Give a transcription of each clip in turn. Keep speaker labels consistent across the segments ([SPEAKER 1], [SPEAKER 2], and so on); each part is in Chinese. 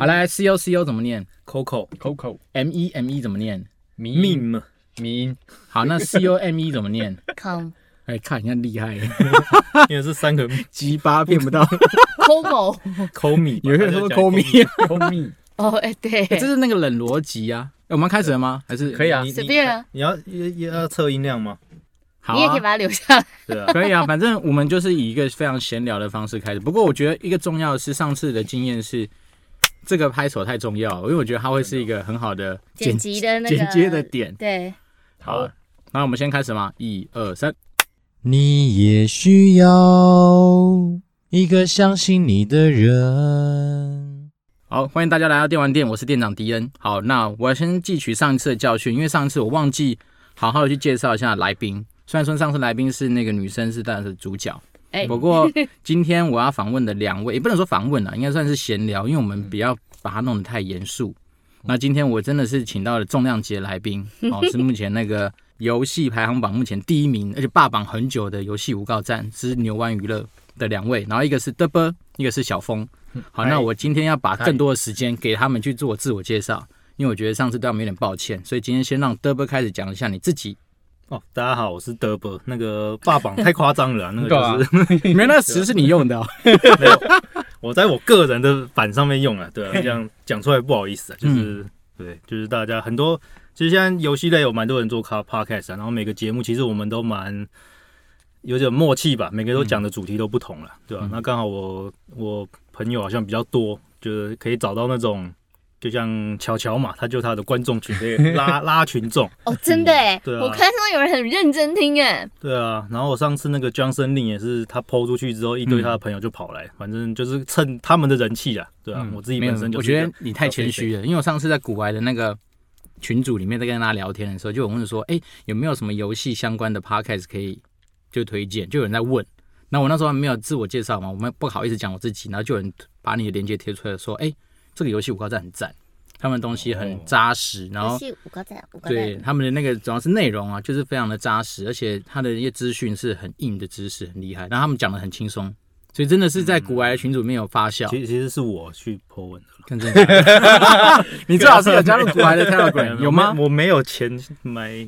[SPEAKER 1] 好来，C O C O 怎么念
[SPEAKER 2] Coco
[SPEAKER 3] Coco
[SPEAKER 1] ？M E M E 怎么念？
[SPEAKER 3] 迷音
[SPEAKER 2] meme
[SPEAKER 3] 迷音，
[SPEAKER 1] 好，那 C O M E 怎么念？
[SPEAKER 4] Com
[SPEAKER 1] 哎，看人家厉 害，
[SPEAKER 2] 因为是三个
[SPEAKER 1] 鸡巴变不到，
[SPEAKER 4] Como
[SPEAKER 2] 抠米，
[SPEAKER 1] 有人说抠米，
[SPEAKER 3] 蜂蜜
[SPEAKER 4] 哦，哎对，
[SPEAKER 1] 这是那个冷逻辑啊。哎我们要开始了吗？还是
[SPEAKER 3] 可以啊
[SPEAKER 2] 你，你
[SPEAKER 4] 随便啊，
[SPEAKER 2] 你要也也要测音量吗？
[SPEAKER 1] 好
[SPEAKER 4] 你也可以
[SPEAKER 1] 啊，
[SPEAKER 4] 把它留下来。
[SPEAKER 2] 对啊，
[SPEAKER 1] 可以啊。反正我们就是以一个非常闲聊的方式开始。不过我觉得一个重要的是，上次的经验是这个拍手太重要了，因为我觉得它会是一个很好的
[SPEAKER 4] 剪辑的那个
[SPEAKER 1] 剪接的点。
[SPEAKER 4] 对，
[SPEAKER 1] 好，那我们先开始吗？一二三，
[SPEAKER 5] 你也需要一个相信你的人。
[SPEAKER 1] 好，欢迎大家来到电玩店，我是店长迪恩。好，那我要先汲取上一次的教训，因为上次我忘记好好的去介绍一下来宾。虽然说上次来宾是那个女生是但是主角，
[SPEAKER 4] 哎
[SPEAKER 1] 不过今天我要访问的两位，也不能说访问啊了，应该算是闲聊，因为我们不要把它弄得太严肃。那今天我真的是请到了重量级的来 宾，哦，是目前那个游戏排行榜目前第一名，而且霸榜很久的游戏无告战之牛湾娱乐的两位，然后一个是德波，一个是小峰。好，那我今天要把更多的时间给他们去做自我介绍，因为我觉得上次对他们有点抱歉，所以今天先让德波开始讲一下你自 己。
[SPEAKER 2] 哦，大家好，我是德伯，那个霸榜太夸张了啊、那个就是
[SPEAKER 1] 你们那词是你用的、哦，
[SPEAKER 2] 没有，我在我个人的版上面用了，对啊，这样讲出来不好意思啊，就是、对，就是大家很多，其实现在游戏类有蛮多人做卡 podcast 啊，然后每个节目其实我们都蛮有点默契吧，每个都讲的主题都不同了，对吧、
[SPEAKER 1] 嗯
[SPEAKER 2] 那刚好我我朋友好像比较多，就是可以找到那种。就像乔乔嘛，他就他的观众群可以拉拉群众，
[SPEAKER 4] 哦，真的哎，
[SPEAKER 2] 对啊
[SPEAKER 4] 我看到有人很认真听哎，
[SPEAKER 2] 对啊。然后我上次那个江森令也是他抛出去之后，一
[SPEAKER 1] 嗯
[SPEAKER 2] 堆他的朋友就跑来，反正就是蹭他们的人气啊，对啊。
[SPEAKER 1] 嗯
[SPEAKER 2] 我自己
[SPEAKER 1] 没有
[SPEAKER 2] 本身就
[SPEAKER 1] 我
[SPEAKER 2] 是一个
[SPEAKER 1] 觉得你太谦虚了，因为我上次在古玩的那个群组里面在跟大家聊天的时候，就有问说，哎、有没有什么游戏相关的 podcast 可以就推荐？就有人在问。那我那时候还没有自我介绍嘛，我们不好意思讲我自己，然后就有人把你的链接贴出来说，哎、这个游戏五高站很赞，他们的东西
[SPEAKER 2] 哦
[SPEAKER 1] 很扎实，然后
[SPEAKER 4] 是五个赞，五个
[SPEAKER 1] 对
[SPEAKER 4] 赞，
[SPEAKER 1] 他们的那个主要是内容啊，就是非常的扎实，而且他的一些资讯是很硬的知识，很厉害，然后他们讲的很轻松，所以真的是在
[SPEAKER 2] 嗯
[SPEAKER 1] 古玩的群组里面有发酵。
[SPEAKER 2] 其实其实是我去 po 文的了，
[SPEAKER 1] 看真的， 你最好是有加入古玩的 Telegram 有吗
[SPEAKER 2] 我没？我没有钱买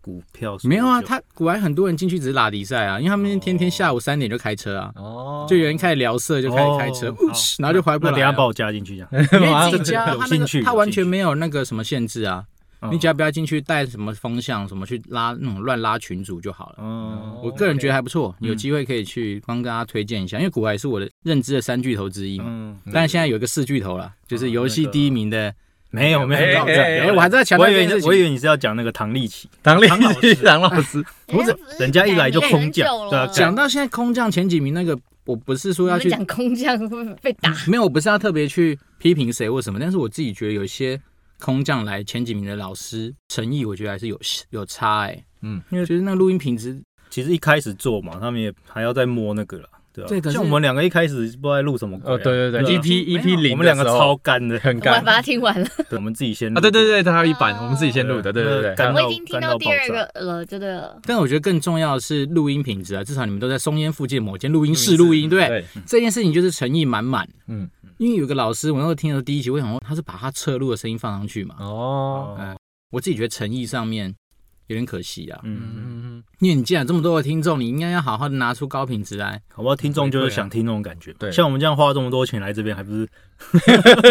[SPEAKER 2] 股票，所以
[SPEAKER 1] 没有啊，
[SPEAKER 2] 就
[SPEAKER 1] 他古玩很多人进去只是拉比赛啊，因为他们天天下午三点就开车啊，
[SPEAKER 3] 哦，
[SPEAKER 1] 就有人开始聊色就开始开车，
[SPEAKER 2] 哦
[SPEAKER 1] 呜
[SPEAKER 2] 好
[SPEAKER 1] 嘘然后就回不
[SPEAKER 2] 那等一
[SPEAKER 1] 来
[SPEAKER 2] 下
[SPEAKER 1] 啊
[SPEAKER 2] 把。我加进去这 样。
[SPEAKER 1] 因为自己家
[SPEAKER 2] 有
[SPEAKER 1] 他那
[SPEAKER 2] 兴
[SPEAKER 1] 个
[SPEAKER 2] 趣
[SPEAKER 1] 他
[SPEAKER 2] 有
[SPEAKER 1] 完
[SPEAKER 2] 兴
[SPEAKER 1] 全
[SPEAKER 2] 趣
[SPEAKER 1] 没有那个什么限制啊，
[SPEAKER 2] 嗯
[SPEAKER 1] 你只要不要进去带什么风向什么去拉那种乱拉群主就好了。
[SPEAKER 2] 嗯，
[SPEAKER 1] 我个人觉得还不错，有机会可以去帮大家推荐一下，因为古玩也是我的认知的三巨头之一嘛。
[SPEAKER 2] 嗯，
[SPEAKER 1] 但是现在有一个四巨头了，就是游戏第一名的。
[SPEAKER 2] 没有没有，
[SPEAKER 3] 哎哎
[SPEAKER 1] 哎，我还在强调
[SPEAKER 2] 我以
[SPEAKER 1] 这
[SPEAKER 2] 为
[SPEAKER 1] 件
[SPEAKER 2] 你
[SPEAKER 1] 事情
[SPEAKER 2] 我以为你是要讲那个唐立奇，
[SPEAKER 3] 唐立
[SPEAKER 2] 唐老师
[SPEAKER 3] 奇唐老师，
[SPEAKER 2] 不是人家一来就空降对啊
[SPEAKER 4] 讲
[SPEAKER 1] 讲到现在空降前几名那个，我不是说
[SPEAKER 4] 我
[SPEAKER 1] 要
[SPEAKER 4] 们
[SPEAKER 1] 去，
[SPEAKER 4] 讲空降会不会被打？
[SPEAKER 1] 没有，我不是要特别去批评谁或什么，但是我自己觉得有些空降来前几名的老师诚意，我觉得还是有有差哎、
[SPEAKER 3] 嗯，
[SPEAKER 1] 因为就是那个录音品质，
[SPEAKER 2] 其实一开始做嘛，他们也还要再摸那个了，对
[SPEAKER 1] 对可
[SPEAKER 2] 吧？
[SPEAKER 1] 是
[SPEAKER 2] 像我们两个一开始不知道在录什么鬼啊，
[SPEAKER 3] 哦对对
[SPEAKER 2] 啊
[SPEAKER 3] 对，EP
[SPEAKER 1] 没有
[SPEAKER 3] EP 零，
[SPEAKER 2] 我们两个超干的，
[SPEAKER 3] 很
[SPEAKER 4] 我还
[SPEAKER 3] 干
[SPEAKER 4] 把它听完了，
[SPEAKER 2] 对我们自己先
[SPEAKER 3] 啊，
[SPEAKER 2] 录
[SPEAKER 3] 对对对，呃它还有一版，我们自己先录的，对
[SPEAKER 2] 对
[SPEAKER 3] 对
[SPEAKER 2] 干
[SPEAKER 3] 对，
[SPEAKER 2] 到
[SPEAKER 4] 我已经听
[SPEAKER 2] 干
[SPEAKER 4] 到
[SPEAKER 2] 到
[SPEAKER 4] 第二
[SPEAKER 2] 爆炸
[SPEAKER 4] 个呃了，就对了。
[SPEAKER 1] 但我觉得更重要的是录音品质啊，至少你们都在松烟附近某间录音室录音，对不对，这件事情就是诚意满满。
[SPEAKER 3] 嗯，
[SPEAKER 1] 因为有个老师，我那时候听到第一集，我想说他是把他侧录的声音放上去
[SPEAKER 5] 嗯
[SPEAKER 1] 嘛，
[SPEAKER 3] 哦，
[SPEAKER 2] 哦
[SPEAKER 1] 我自己觉得诚意上面有点可惜啊。
[SPEAKER 2] 嗯，
[SPEAKER 3] 嗯，
[SPEAKER 1] 因为你既然有这么多的听众，你应该要好好的拿出高品质来。
[SPEAKER 2] 好不好？听众就是想听那种感觉嘛，
[SPEAKER 3] 对
[SPEAKER 2] 像我们这样花这么多钱来这边，还不是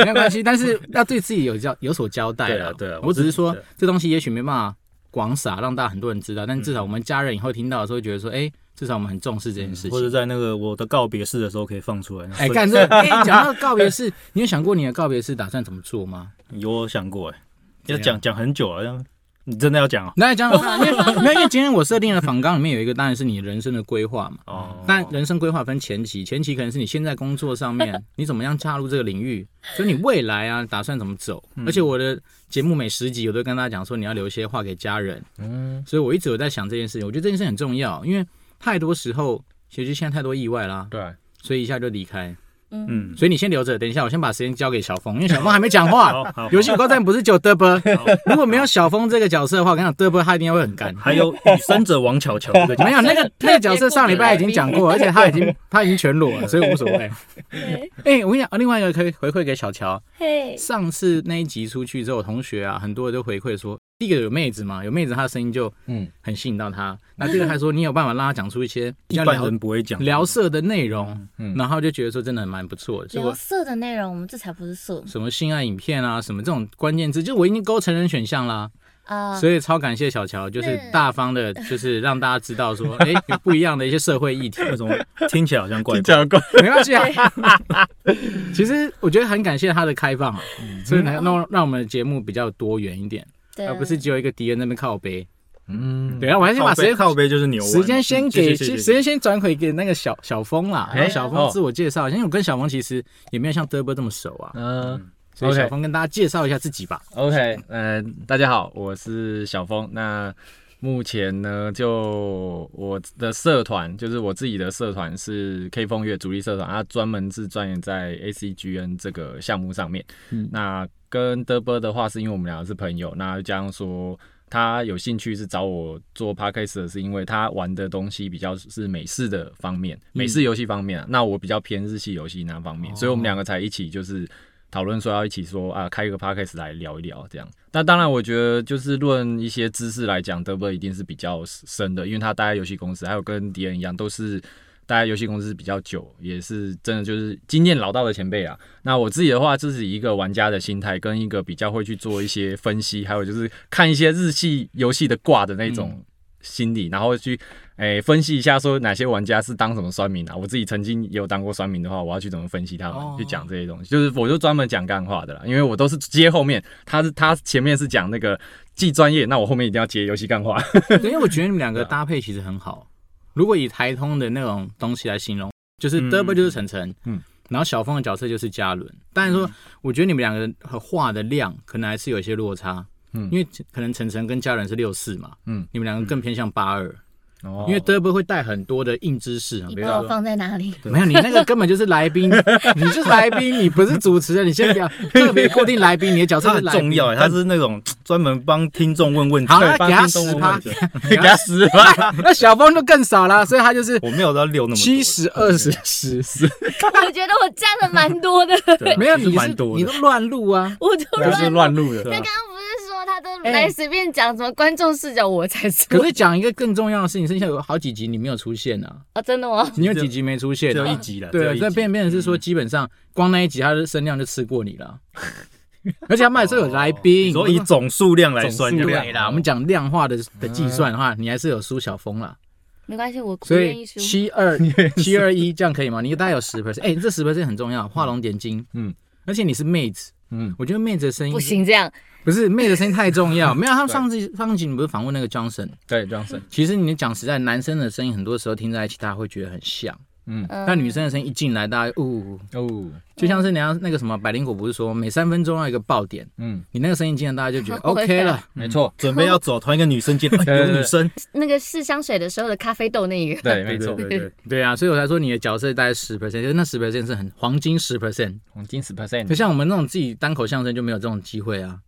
[SPEAKER 1] 没有关系，但是要对自己有交有所交代啦
[SPEAKER 2] 对啊对啊
[SPEAKER 1] 我只是
[SPEAKER 2] 我
[SPEAKER 1] 说
[SPEAKER 2] 自己
[SPEAKER 1] 这东西也许没办法广撒，让大家很多人知道，但至少我们家人以后听到的时候，会觉得说，哎、至少我们很重视这件事
[SPEAKER 2] 嗯或者
[SPEAKER 1] 情。
[SPEAKER 2] 在那个我的告别式的时候可以放出来。
[SPEAKER 1] 哎，干这！哎，讲到告别式， 你有想过你的告别式打算怎么做吗？
[SPEAKER 2] 有我想过哎、
[SPEAKER 1] 怎
[SPEAKER 2] 要
[SPEAKER 1] 样
[SPEAKER 2] 讲讲很久啊，要你真的要讲哦、
[SPEAKER 1] 来讲讲看，因为没有，因为今天我设定的访纲里面有一个，当然是你人生的规划嘛。
[SPEAKER 2] 哦，
[SPEAKER 1] 但人生规划分前期，前期可能是你现在工作上 面，你怎么样踏入这个领域，所以你未来啊打算怎么走。
[SPEAKER 2] 嗯
[SPEAKER 1] 而且我的节目每十集，我都跟大家讲说你要留一些话给家人，
[SPEAKER 3] 嗯，
[SPEAKER 1] 所以我一直有在想这件事情。我觉得这件事
[SPEAKER 5] 嗯
[SPEAKER 1] 很重要，因为太多时候其实现在太多意外啦，
[SPEAKER 3] 对，
[SPEAKER 1] 所以一下就离开。
[SPEAKER 2] 嗯，
[SPEAKER 1] 所以你先留着，等一下我先把时间交给小峰，因为小峰还没讲话。
[SPEAKER 2] 好好，
[SPEAKER 1] 游戏高站不是只啊有嘚啵，如果没有小峰这个角色的话，我跟你讲嘚啵他一定会很干。
[SPEAKER 2] 还有雨生者王巧巧 这个角
[SPEAKER 1] 没
[SPEAKER 2] 色，
[SPEAKER 1] 有那个那个角色上礼拜已经讲过，而且他已经他已经全裸了，所以无所谓。
[SPEAKER 4] 对
[SPEAKER 1] 哎、我跟你讲，另外一个可以回馈给小乔，
[SPEAKER 4] 嘿，
[SPEAKER 1] 上次那一集出去之后，同学啊，很多人都回馈说，第一个有妹子嘛，有妹子她的声音就
[SPEAKER 5] 嗯
[SPEAKER 1] 很吸引到他。那第二个还说你有办法让他讲出一 些比
[SPEAKER 2] 一
[SPEAKER 1] 较
[SPEAKER 2] 般
[SPEAKER 1] 聊
[SPEAKER 2] 人不会讲
[SPEAKER 1] 聊色的内容，
[SPEAKER 5] 嗯
[SPEAKER 1] 然后就觉得说真的蛮不错的。所以
[SPEAKER 4] 聊
[SPEAKER 1] 我
[SPEAKER 4] 色的内容，我们这才不是色
[SPEAKER 1] 什么性爱影片啊，什么这种关键字，就我已经勾成人选项啦，
[SPEAKER 4] 啊。
[SPEAKER 1] 所以超感谢小乔，就是
[SPEAKER 4] 那
[SPEAKER 1] 大方的，就是让大家知道 说，哎，有不一样的一些社会议题。
[SPEAKER 2] 那种听起来好像怪怪的，
[SPEAKER 5] 讲过，
[SPEAKER 1] 没关系啊。 其实我觉得很感谢他的开放啊，
[SPEAKER 2] 嗯
[SPEAKER 1] 所以能让让我们的节目比较多元一点，
[SPEAKER 4] 对啊
[SPEAKER 1] 而不是只有一个敌人在那边靠背。
[SPEAKER 5] 嗯，
[SPEAKER 1] 对啊，我还是把时间
[SPEAKER 2] 靠背就是牛丸，
[SPEAKER 1] 时间先给，
[SPEAKER 2] 谢谢谢谢
[SPEAKER 1] 时间先转回给那个小小峰啦。
[SPEAKER 5] 哎
[SPEAKER 1] 然后小峰
[SPEAKER 5] 哦
[SPEAKER 1] 自我介绍，因为我跟小峰其实也没有像德波这么熟啊，
[SPEAKER 5] 嗯
[SPEAKER 1] 所以
[SPEAKER 5] OK
[SPEAKER 1] 小峰跟大家介绍一下自己吧。
[SPEAKER 5] ，OK，呃，大家好，我是小峰。那目前呢，就我的社团，就是我自己的社团是 K 风月主力社团，它专门是钻研在 ACGN 这个项目上面。
[SPEAKER 1] 嗯
[SPEAKER 5] 那跟德波的话，是因为我们俩是朋友，那加上说。他有兴趣是找我做 podcast，的是因为他玩的东西比较是美式的方面，美式游戏方面、啊。那我比较偏日系游戏那方面，所以我们两个才一起就是讨论说要一起说啊，开一个 podcast 来聊一聊这样。那当然，我觉得就是论一些知识来讲，德伯一定是比较深的，因为他待在游戏公司，还有跟迪恩一样，都是待在游戏公司比较久，也是真的就是经验老道的前辈啊。那我自己的话，就是以一个玩家的心态，跟一个比较会去做一些分析，还有就是看一些日系游戏的挂的那种心理，然后去诶、分析一下说哪些玩家是当什么酸民啊。我自己曾经也有当过酸民的话，我要去怎么分析他们，
[SPEAKER 1] 哦
[SPEAKER 5] 去讲这些东西。就是我就专门讲干话的啦，因为我都是接后面，他是他前面是讲那个既专业，那我后面一定要接游戏干话。
[SPEAKER 1] 对因为我觉得你们两个搭配其实很好。如果以台通的那种东西来形容，就是
[SPEAKER 2] 嗯
[SPEAKER 1] 德波就是晨晨，嗯
[SPEAKER 5] 嗯，
[SPEAKER 1] 然后小峰的角色就是嘉伦。当然说，我觉得你们两个人和画的量可能还是有一些落差，嗯
[SPEAKER 5] 嗯，
[SPEAKER 1] 因为可能晨晨跟嘉伦是六四嘛，嗯
[SPEAKER 5] 嗯，
[SPEAKER 1] 你们两个更偏向八二，
[SPEAKER 5] 哦
[SPEAKER 1] 因为德波会带很多的硬知识啊，
[SPEAKER 4] 你
[SPEAKER 1] 比如
[SPEAKER 4] 把
[SPEAKER 1] 说
[SPEAKER 4] 我。放在哪里？
[SPEAKER 1] 没有，你那个根本就是来 宾，你就是来宾，你不是主持人，你先不要特别固定来宾，你的角色
[SPEAKER 2] 他
[SPEAKER 1] 哦是
[SPEAKER 2] 很
[SPEAKER 1] 来宾
[SPEAKER 2] 重要，他是那 种专门帮听众问问题
[SPEAKER 1] 好，，
[SPEAKER 5] 对
[SPEAKER 1] 那给他
[SPEAKER 5] 帮听
[SPEAKER 1] 十
[SPEAKER 5] 众
[SPEAKER 1] 趴
[SPEAKER 5] 问， 给他死吧。
[SPEAKER 1] 那小峰就更少了，所以他就是
[SPEAKER 2] 我没有到六那么多
[SPEAKER 1] 七十二十十十，
[SPEAKER 4] 我觉得我占了蛮多的，
[SPEAKER 2] 对 啊
[SPEAKER 1] 没有
[SPEAKER 2] 其
[SPEAKER 1] 你
[SPEAKER 2] 实
[SPEAKER 1] 是
[SPEAKER 2] 蛮多
[SPEAKER 1] 你
[SPEAKER 2] 的
[SPEAKER 1] 都，乱录啊，
[SPEAKER 4] 我就
[SPEAKER 5] 就
[SPEAKER 4] 乱
[SPEAKER 5] 是乱入的，
[SPEAKER 2] 对啊
[SPEAKER 4] 刚刚不是说他都来随便讲什么观众视角，我才是
[SPEAKER 1] 可是讲一个更重要的事情，剩下有好几集你没有出现啊，
[SPEAKER 4] 哦，真的吗？
[SPEAKER 1] 你有几集没出现
[SPEAKER 2] 只有一
[SPEAKER 1] 啊？
[SPEAKER 2] 集了，
[SPEAKER 1] 对，
[SPEAKER 2] 只有
[SPEAKER 1] 所以
[SPEAKER 2] 一集嗯
[SPEAKER 1] 变变成是说，基本上光那一集他的声量就吃过你 了，而且他卖是有来宾，
[SPEAKER 2] 所哦以以总数量来算
[SPEAKER 1] 总
[SPEAKER 2] 就嗯
[SPEAKER 1] 数
[SPEAKER 2] 好，
[SPEAKER 1] 量啦，我们讲量化的的计算的话，你还是有苏小峰啦。
[SPEAKER 4] 没关系，我不
[SPEAKER 1] 所
[SPEAKER 4] 愿
[SPEAKER 1] 以
[SPEAKER 4] 意输。
[SPEAKER 1] 七 二七二一这样可以吗？你大概有十 percent，哎，这十 percent 很重要，画龙点睛。嗯
[SPEAKER 5] 嗯，
[SPEAKER 1] 而且你是妹子，
[SPEAKER 5] 嗯，
[SPEAKER 1] 我觉得妹子的声音
[SPEAKER 4] 不，行，这样
[SPEAKER 1] 不是妹子的声音太重 要。没有，他们上次上集你不是访问那个 Johnson？
[SPEAKER 5] 对，Johnson，
[SPEAKER 1] 其实你讲实在，男生的声音很多时候听在一起，大家会觉得很像，
[SPEAKER 5] 嗯，
[SPEAKER 4] 嗯
[SPEAKER 1] 但女生的声音一进来，大家呜，
[SPEAKER 5] 哦，
[SPEAKER 1] 就像是人家那个什么百灵果不是说每三分钟要一个爆点，
[SPEAKER 5] 嗯，
[SPEAKER 1] 你那个声音进来，大家就觉得
[SPEAKER 4] 我会
[SPEAKER 1] OK
[SPEAKER 2] 嗯
[SPEAKER 1] 了。
[SPEAKER 5] 没 错，
[SPEAKER 2] 准备要走，突然一个女 生进来，哎有女生，
[SPEAKER 4] 那个试香水的时候的咖啡豆那一个，
[SPEAKER 5] 对，没错，
[SPEAKER 2] 对对对，
[SPEAKER 1] 对啊，所以我才说你的角色大概十 percent，就是那十 percent 是很黄金十 percent。
[SPEAKER 5] 黄金十 percent，
[SPEAKER 1] 可像我们那种自己单口相声就没有这种机会啊。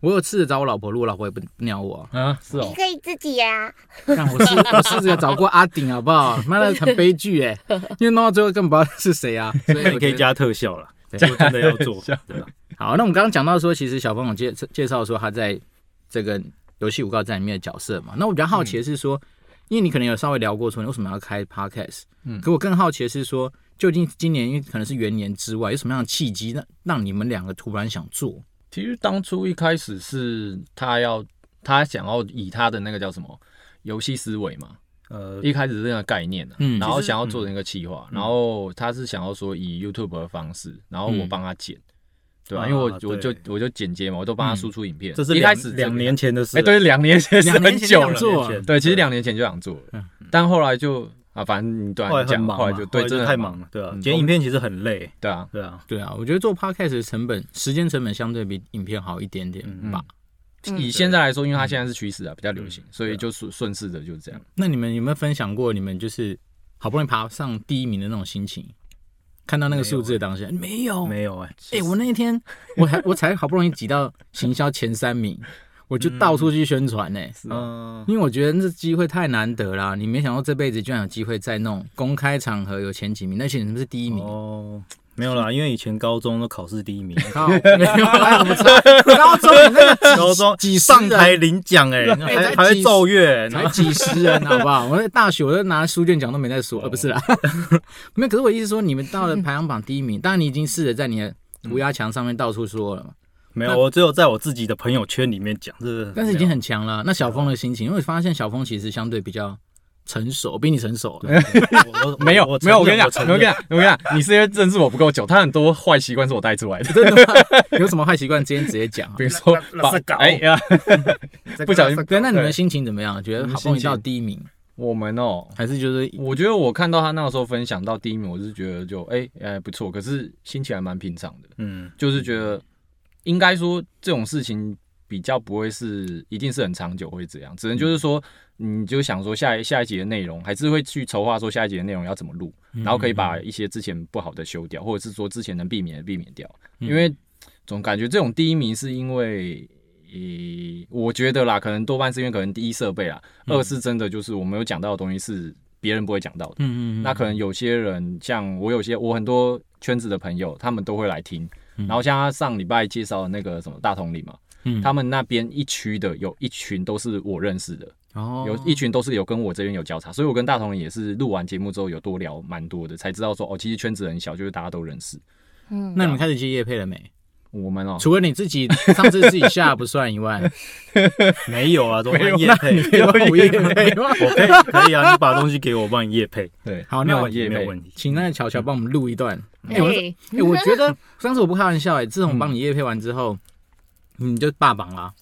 [SPEAKER 1] 我有试着找我老婆录，我老婆也不不鸟我、啊。
[SPEAKER 5] 啊，是哦，
[SPEAKER 4] 可以自己啊呀。
[SPEAKER 1] 但我试我试着找过阿顶，啊好不 好？妈的，很悲剧哎、因为弄到最后根本不知道是谁 啊。所以
[SPEAKER 2] 那
[SPEAKER 1] 我
[SPEAKER 2] 你可以
[SPEAKER 1] 觉得。
[SPEAKER 2] 加特效了，如果真的要 做，对吧？啊
[SPEAKER 1] 好，那我们刚刚讲到说，其实小朋友介介绍说他在这个游戏五告站里面的角色嘛。那我比较好奇的是说，因为你可能有稍微聊过说你为什么要开 podcast，嗯，可我更好奇的是说，究竟今年因为可能是元年之外，有什么样的契机让让你们两个突然想做？
[SPEAKER 5] 其实当初一开始是他要他想要以他的那个叫什么游戏思维嘛，
[SPEAKER 2] 呃，
[SPEAKER 5] 一开始是那个概念、啊、
[SPEAKER 1] 嗯
[SPEAKER 5] 然后想要
[SPEAKER 2] 其实
[SPEAKER 5] 做成一个企划，
[SPEAKER 2] 嗯
[SPEAKER 5] 然后他是想要说以 YouTube 的方式，然后我帮他剪，对吧、
[SPEAKER 2] 啊
[SPEAKER 5] 因为我
[SPEAKER 2] 对
[SPEAKER 5] 我
[SPEAKER 2] 嗯
[SPEAKER 5] 就我就剪接嘛，我都帮他输出影片。
[SPEAKER 2] 这是
[SPEAKER 5] 一
[SPEAKER 2] 两
[SPEAKER 5] 开始这个
[SPEAKER 2] 两年，前的事
[SPEAKER 5] 哎、
[SPEAKER 2] 了，
[SPEAKER 5] 对，两年前是
[SPEAKER 1] 两年
[SPEAKER 5] 很
[SPEAKER 1] 前
[SPEAKER 5] 久
[SPEAKER 1] 想
[SPEAKER 5] 了，
[SPEAKER 1] 做
[SPEAKER 2] 两年前
[SPEAKER 5] 对，其实两年前就想做了，但后来就啊，反正你对啊
[SPEAKER 2] 嗯后来
[SPEAKER 5] 你
[SPEAKER 2] 很
[SPEAKER 5] 讲，
[SPEAKER 2] 忙嘛，
[SPEAKER 5] 后来就对，真的
[SPEAKER 2] 太
[SPEAKER 5] 很
[SPEAKER 2] 忙，了，对啊，
[SPEAKER 5] 嗯
[SPEAKER 2] 剪影片其实很累，
[SPEAKER 5] 对啊，
[SPEAKER 2] 对啊，
[SPEAKER 1] 对啊，我觉得做 podcast 的成本、时间成本相对比影片好一点点
[SPEAKER 2] 嗯
[SPEAKER 1] 吧。
[SPEAKER 4] 嗯
[SPEAKER 5] 以现在来说，因为它现在是趋势啊，比较流行，所以就顺顺势的就是这样。
[SPEAKER 1] 那你们有没有分享过你们就是好不容易爬上第一名的那种心情？看到那个数字的当下，没有，
[SPEAKER 2] 没有哎、
[SPEAKER 5] 哦
[SPEAKER 1] 哎、我那一天我还我才好不容易挤到行销前三名，我就到处去宣传 呢、
[SPEAKER 2] 嗯，
[SPEAKER 1] 因为我觉得这机会太难得啦，你没想到这辈子居然有机会在那种公开场合有前几名，而且你们是第一名。
[SPEAKER 2] 哦，没有啦，因为以前高中都考试第一名，
[SPEAKER 1] 靠，没有啦，我 们高中你那个
[SPEAKER 2] 高中
[SPEAKER 1] 几十
[SPEAKER 2] 上
[SPEAKER 1] 人
[SPEAKER 2] 台领奖哎、
[SPEAKER 1] 才
[SPEAKER 2] 还还会
[SPEAKER 1] 几
[SPEAKER 2] 奏乐、然
[SPEAKER 1] 才
[SPEAKER 2] 后
[SPEAKER 1] 几十 人，好不好？我在大学我都拿书卷奖都没在数，呃，不是啦， 没有。可是我意思说，你们到了排行榜第一名，当然你已经试着在你的涂鸦墙上面到处说了嘛，
[SPEAKER 2] 没有，我只有在我自己的朋友圈里面讲，这个
[SPEAKER 1] 但是已经很强了。那小峰的心情，因为我发现小峰其实相对比较成熟，比你成熟。
[SPEAKER 2] 我我
[SPEAKER 5] 没有
[SPEAKER 2] 我承
[SPEAKER 5] 没有，我跟
[SPEAKER 2] 认
[SPEAKER 5] 你讲，
[SPEAKER 2] 我承
[SPEAKER 5] 我跟你
[SPEAKER 2] 认
[SPEAKER 5] 讲，我跟你讲，你是因为认识我不够久，他很多坏习惯是我带出来 的，
[SPEAKER 1] 真的吗？ 有什么坏习惯？今天直接讲啊。
[SPEAKER 5] 比如说
[SPEAKER 2] 垃
[SPEAKER 5] 把
[SPEAKER 2] 圾稿
[SPEAKER 5] 哎呀，不小心
[SPEAKER 1] 对，那你们心情怎么样？觉得好不容易到第一名，
[SPEAKER 5] 我们哦，
[SPEAKER 1] 还是就是
[SPEAKER 5] 我觉得我看到他那个时候分享到第一名，我是觉得就哎哎、不错，可是心情还蛮平常的，
[SPEAKER 2] 嗯，
[SPEAKER 5] 就是觉得应该说这种事情比较不会是一定是很长久会这样，只能就是说你就想说下一下一集的内容，还是会去筹划说下一集的内容要怎么录，然后可以把一些之前不好的修掉，或者是说之前能避免的避免掉，因为总感觉这种第一名是因为。诶、我觉得啦，可能多半是因为可能第一设备啦，二是真的就是我们有讲到的东西是别人不会讲到的，
[SPEAKER 1] 嗯嗯嗯，
[SPEAKER 5] 那可能有些人像我，有些我很多圈子的朋友，他们都会来听。然后像他上礼拜介绍的那个什么大同里嘛，
[SPEAKER 1] 嗯
[SPEAKER 5] 他们那边一区的有一群都是我认识的，
[SPEAKER 1] 哦
[SPEAKER 5] 有一群都是有跟我这边有交叉，所以我跟大同也是录完节目之后有多聊蛮多的，才知道说哦，其实圈子很小，就是大家都认识。
[SPEAKER 4] 嗯
[SPEAKER 1] 那你们开始接夜配了没？
[SPEAKER 5] 我们哦，
[SPEAKER 1] 除了你自己上次自己下不算以外，
[SPEAKER 2] 没有啊，都半夜配，
[SPEAKER 1] 有有夜配吗？
[SPEAKER 2] 我可以可以啊，你把东西给我，我帮你夜配，
[SPEAKER 5] 对，
[SPEAKER 1] 好，
[SPEAKER 2] 没
[SPEAKER 1] 那
[SPEAKER 2] 有
[SPEAKER 1] 我
[SPEAKER 2] 问题，
[SPEAKER 5] 夜配
[SPEAKER 2] 没有问题。
[SPEAKER 1] 请那个巧巧帮我们录一段。
[SPEAKER 2] 嗯
[SPEAKER 1] 哎、我
[SPEAKER 4] 哎，
[SPEAKER 1] 哎我觉得上次我不开玩笑哎、自从我帮你夜配完之后，你就霸榜啦。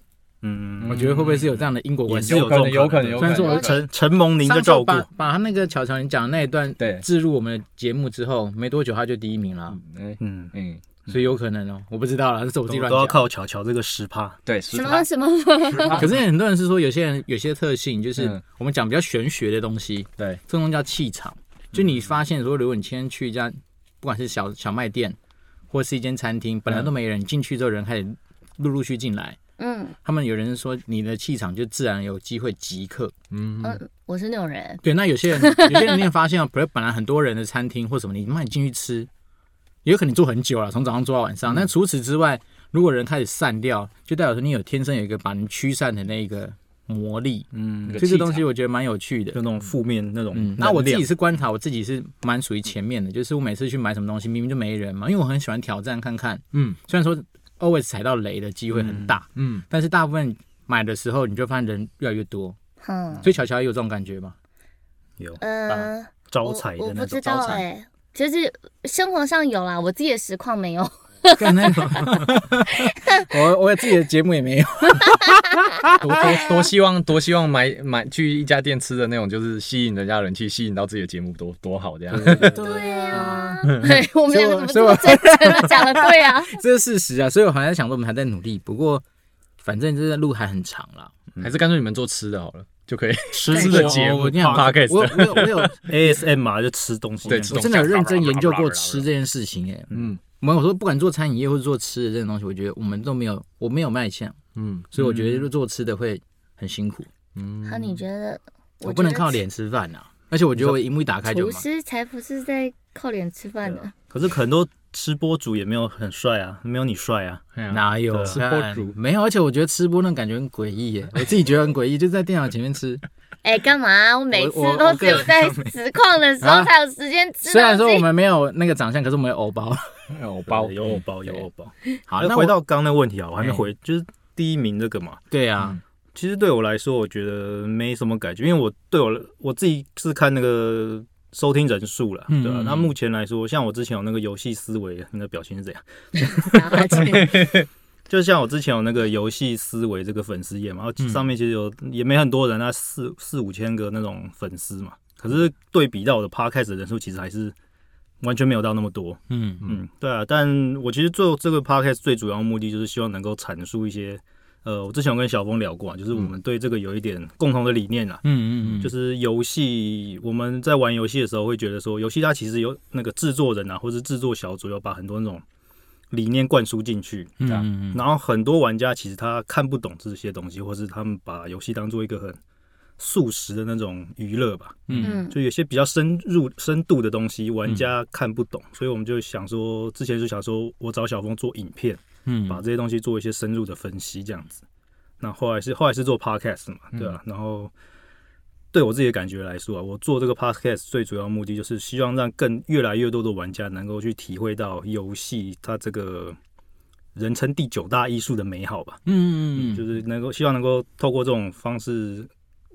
[SPEAKER 2] 嗯，
[SPEAKER 1] 我觉得会不会是有这样的因果
[SPEAKER 2] 也
[SPEAKER 1] 关
[SPEAKER 2] 是
[SPEAKER 1] 系？
[SPEAKER 2] 有这种
[SPEAKER 5] 有可能
[SPEAKER 2] 的
[SPEAKER 5] 有
[SPEAKER 1] 可能虽然说我
[SPEAKER 2] 陈陈蒙您
[SPEAKER 1] 上
[SPEAKER 2] 的
[SPEAKER 1] 次
[SPEAKER 2] 照
[SPEAKER 1] 我
[SPEAKER 2] 顾
[SPEAKER 1] 把，把他那个巧巧你讲的那一段
[SPEAKER 5] 对
[SPEAKER 1] 置入我们的节目之后，没多久他就第一名了，啊
[SPEAKER 5] 嗯
[SPEAKER 2] 嗯，
[SPEAKER 5] 嗯，
[SPEAKER 1] 所以有可能哦、我不知道啦，这是我自己
[SPEAKER 2] 都
[SPEAKER 1] 乱
[SPEAKER 2] 都要
[SPEAKER 1] 讲。
[SPEAKER 2] 靠巧巧这个十趴，
[SPEAKER 5] 对，
[SPEAKER 4] 什
[SPEAKER 5] 是
[SPEAKER 4] 么什么？
[SPEAKER 1] 可是很多人是说，有些人有些特性就是
[SPEAKER 5] 啊嗯
[SPEAKER 1] 我们讲比较玄学的东西，
[SPEAKER 5] 对，
[SPEAKER 1] 这种叫气场。就你发现说，如果你今天去一家，不管是小小卖店，或是一间餐
[SPEAKER 5] 嗯
[SPEAKER 1] 厅，本来都没人，进去之后人开始陆陆续进来，
[SPEAKER 4] 嗯
[SPEAKER 1] 他们有人说你的气场就自然有机会即刻。
[SPEAKER 5] 嗯，
[SPEAKER 4] 嗯，我是那种人，
[SPEAKER 1] 对，那有些人有些人你也发现啊，比 如本来很多人的餐厅或什么，你慢进去吃，也有可能你坐很久了，从早上坐到晚
[SPEAKER 5] 嗯
[SPEAKER 1] 上。但除此之外，如果人开始散掉，就代表说你有天生有一个把人驱散的那个魔力。
[SPEAKER 2] 嗯，
[SPEAKER 1] 这个东西我觉得蛮有趣的
[SPEAKER 2] 就。那种负面那种能
[SPEAKER 1] 嗯
[SPEAKER 2] 量。，
[SPEAKER 1] 那我自己是观察，我自己是蛮属于前面的，就是我每次去买什么东西，明明就没人嘛，因为我很喜欢挑战看看。
[SPEAKER 5] 嗯，
[SPEAKER 1] 虽然说 always 踩到雷的机会很大，
[SPEAKER 5] 嗯，
[SPEAKER 1] 但是大部分买的时候，你就发现人越来越多，
[SPEAKER 4] 嗯
[SPEAKER 1] 所以巧巧也有这种感觉 嘛。
[SPEAKER 2] 有
[SPEAKER 4] 嗯。
[SPEAKER 2] 招财
[SPEAKER 4] 我我
[SPEAKER 2] 的
[SPEAKER 4] 不
[SPEAKER 2] 那
[SPEAKER 4] 知
[SPEAKER 2] 种
[SPEAKER 4] 道哎、就是生活上有啦，我自己的实况没有。
[SPEAKER 1] 干那种 我我自己的节目也没有，
[SPEAKER 5] 多多多希望多希望买买去一家店吃的那种，就是吸引人家人气，吸引到自己的节目多多好这样。
[SPEAKER 4] 对啊， 对，我们两个怎
[SPEAKER 1] 所以
[SPEAKER 4] 么
[SPEAKER 1] 我
[SPEAKER 4] 这么 真诚的讲了？对啊，
[SPEAKER 1] 这是事实啊。所以我还在想说，我们还在努力，不过反正这个路还很长啦。
[SPEAKER 5] 还是干脆你们做吃的好了，就可以吃
[SPEAKER 1] 真
[SPEAKER 5] 的节目
[SPEAKER 1] 我跟你讲
[SPEAKER 5] podcast
[SPEAKER 1] 我我有我有，
[SPEAKER 2] ASM 嘛，就吃东西那
[SPEAKER 5] 对
[SPEAKER 2] 种，
[SPEAKER 5] 吃
[SPEAKER 1] 我真的有认真研究过吃这件事情哎、
[SPEAKER 5] 嗯
[SPEAKER 1] 我们我说不管做餐饮业或者做吃的这种东西，我觉得我们都没有，我没有卖相，
[SPEAKER 5] 嗯
[SPEAKER 1] 所以我觉得做吃的会很辛苦，
[SPEAKER 5] 嗯，
[SPEAKER 4] 那你觉得？
[SPEAKER 1] 我
[SPEAKER 4] 觉
[SPEAKER 1] 不能
[SPEAKER 4] 得
[SPEAKER 1] 靠脸吃饭呐、而且我觉得我荧幕一打开就
[SPEAKER 4] 厨
[SPEAKER 1] 忙，
[SPEAKER 4] 师才不是在靠脸吃饭的。
[SPEAKER 2] 可是很多吃播主也没有很帅啊，没有你帅啊。
[SPEAKER 1] 哪有
[SPEAKER 5] 吃播主
[SPEAKER 1] 没有？而且我觉得吃播那感觉很诡异耶，我自己觉得很诡异，就在电脑前面吃。
[SPEAKER 4] 哎，干嘛？我每次
[SPEAKER 1] 我我
[SPEAKER 4] 都只有在 实况的时
[SPEAKER 1] 啊
[SPEAKER 4] 候才有时间吃
[SPEAKER 1] 虽然说
[SPEAKER 4] 东
[SPEAKER 1] 我
[SPEAKER 4] 西。
[SPEAKER 1] 们没有那个长相，可是我们有偶包。
[SPEAKER 5] 有包
[SPEAKER 2] 对有偶包，有偶包。啊
[SPEAKER 1] 好，
[SPEAKER 2] 那
[SPEAKER 1] 那
[SPEAKER 2] 回
[SPEAKER 1] 我
[SPEAKER 2] 到刚刚那问题啊，我还没
[SPEAKER 1] 哎
[SPEAKER 2] 回，就是第一名这个嘛。
[SPEAKER 1] 对啊，
[SPEAKER 2] 其实对我来说，我觉得没什么感觉，因为我对我我自己是看那个收听人数了，
[SPEAKER 1] 嗯
[SPEAKER 2] 对吧、
[SPEAKER 1] 嗯
[SPEAKER 2] 那目前来说，像我之前有那个游戏思维，你的表情是怎样？
[SPEAKER 4] 然后就
[SPEAKER 2] 就像我之前有那个游戏思维这个粉丝页嘛，然
[SPEAKER 1] 嗯
[SPEAKER 2] 后上面其实有、也没很多人啊，四四五千个那种粉丝嘛。可是对比到我的 podcast 的人数，其实还是完全没有到那么多。
[SPEAKER 1] 嗯
[SPEAKER 2] 嗯，对啊。但我其实做这个 podcast 最主要的目的就是希望能够阐述一些呃，我之前有跟小峰聊过、啊，就是我们对这个有一点共同的理念啦。
[SPEAKER 1] 嗯嗯嗯嗯，
[SPEAKER 2] 就是是游戏，我们在玩游戏的时候会觉得说，游戏它其实有那个制作人啊，或是制作小组要把很多那种理念灌输进去，啊
[SPEAKER 1] 嗯
[SPEAKER 2] 这样
[SPEAKER 1] 嗯嗯
[SPEAKER 2] 然后很多玩家其实他看不懂这些东西，或是他们把游戏当做一个很速食的那种娱乐吧，
[SPEAKER 1] 嗯
[SPEAKER 4] 嗯
[SPEAKER 2] 就有些比较深入深度的东西，玩家看不懂，所以我们就想说，之前就想说我找小峰做影片，
[SPEAKER 1] 嗯，
[SPEAKER 2] 把这些东西做一些深入的分析，这样子。那后来是后来是做 podcast 嘛，
[SPEAKER 1] 嗯
[SPEAKER 2] 对啊，然后对我自己的感觉来说啊，我做这个 podcast 最主要目的就是希望让更越来越多的玩家能够去体会到游戏它这个人称第九大艺术的美好吧，
[SPEAKER 1] 嗯嗯
[SPEAKER 2] 就
[SPEAKER 1] 嗯
[SPEAKER 2] 是能够希望能够透过这种方式。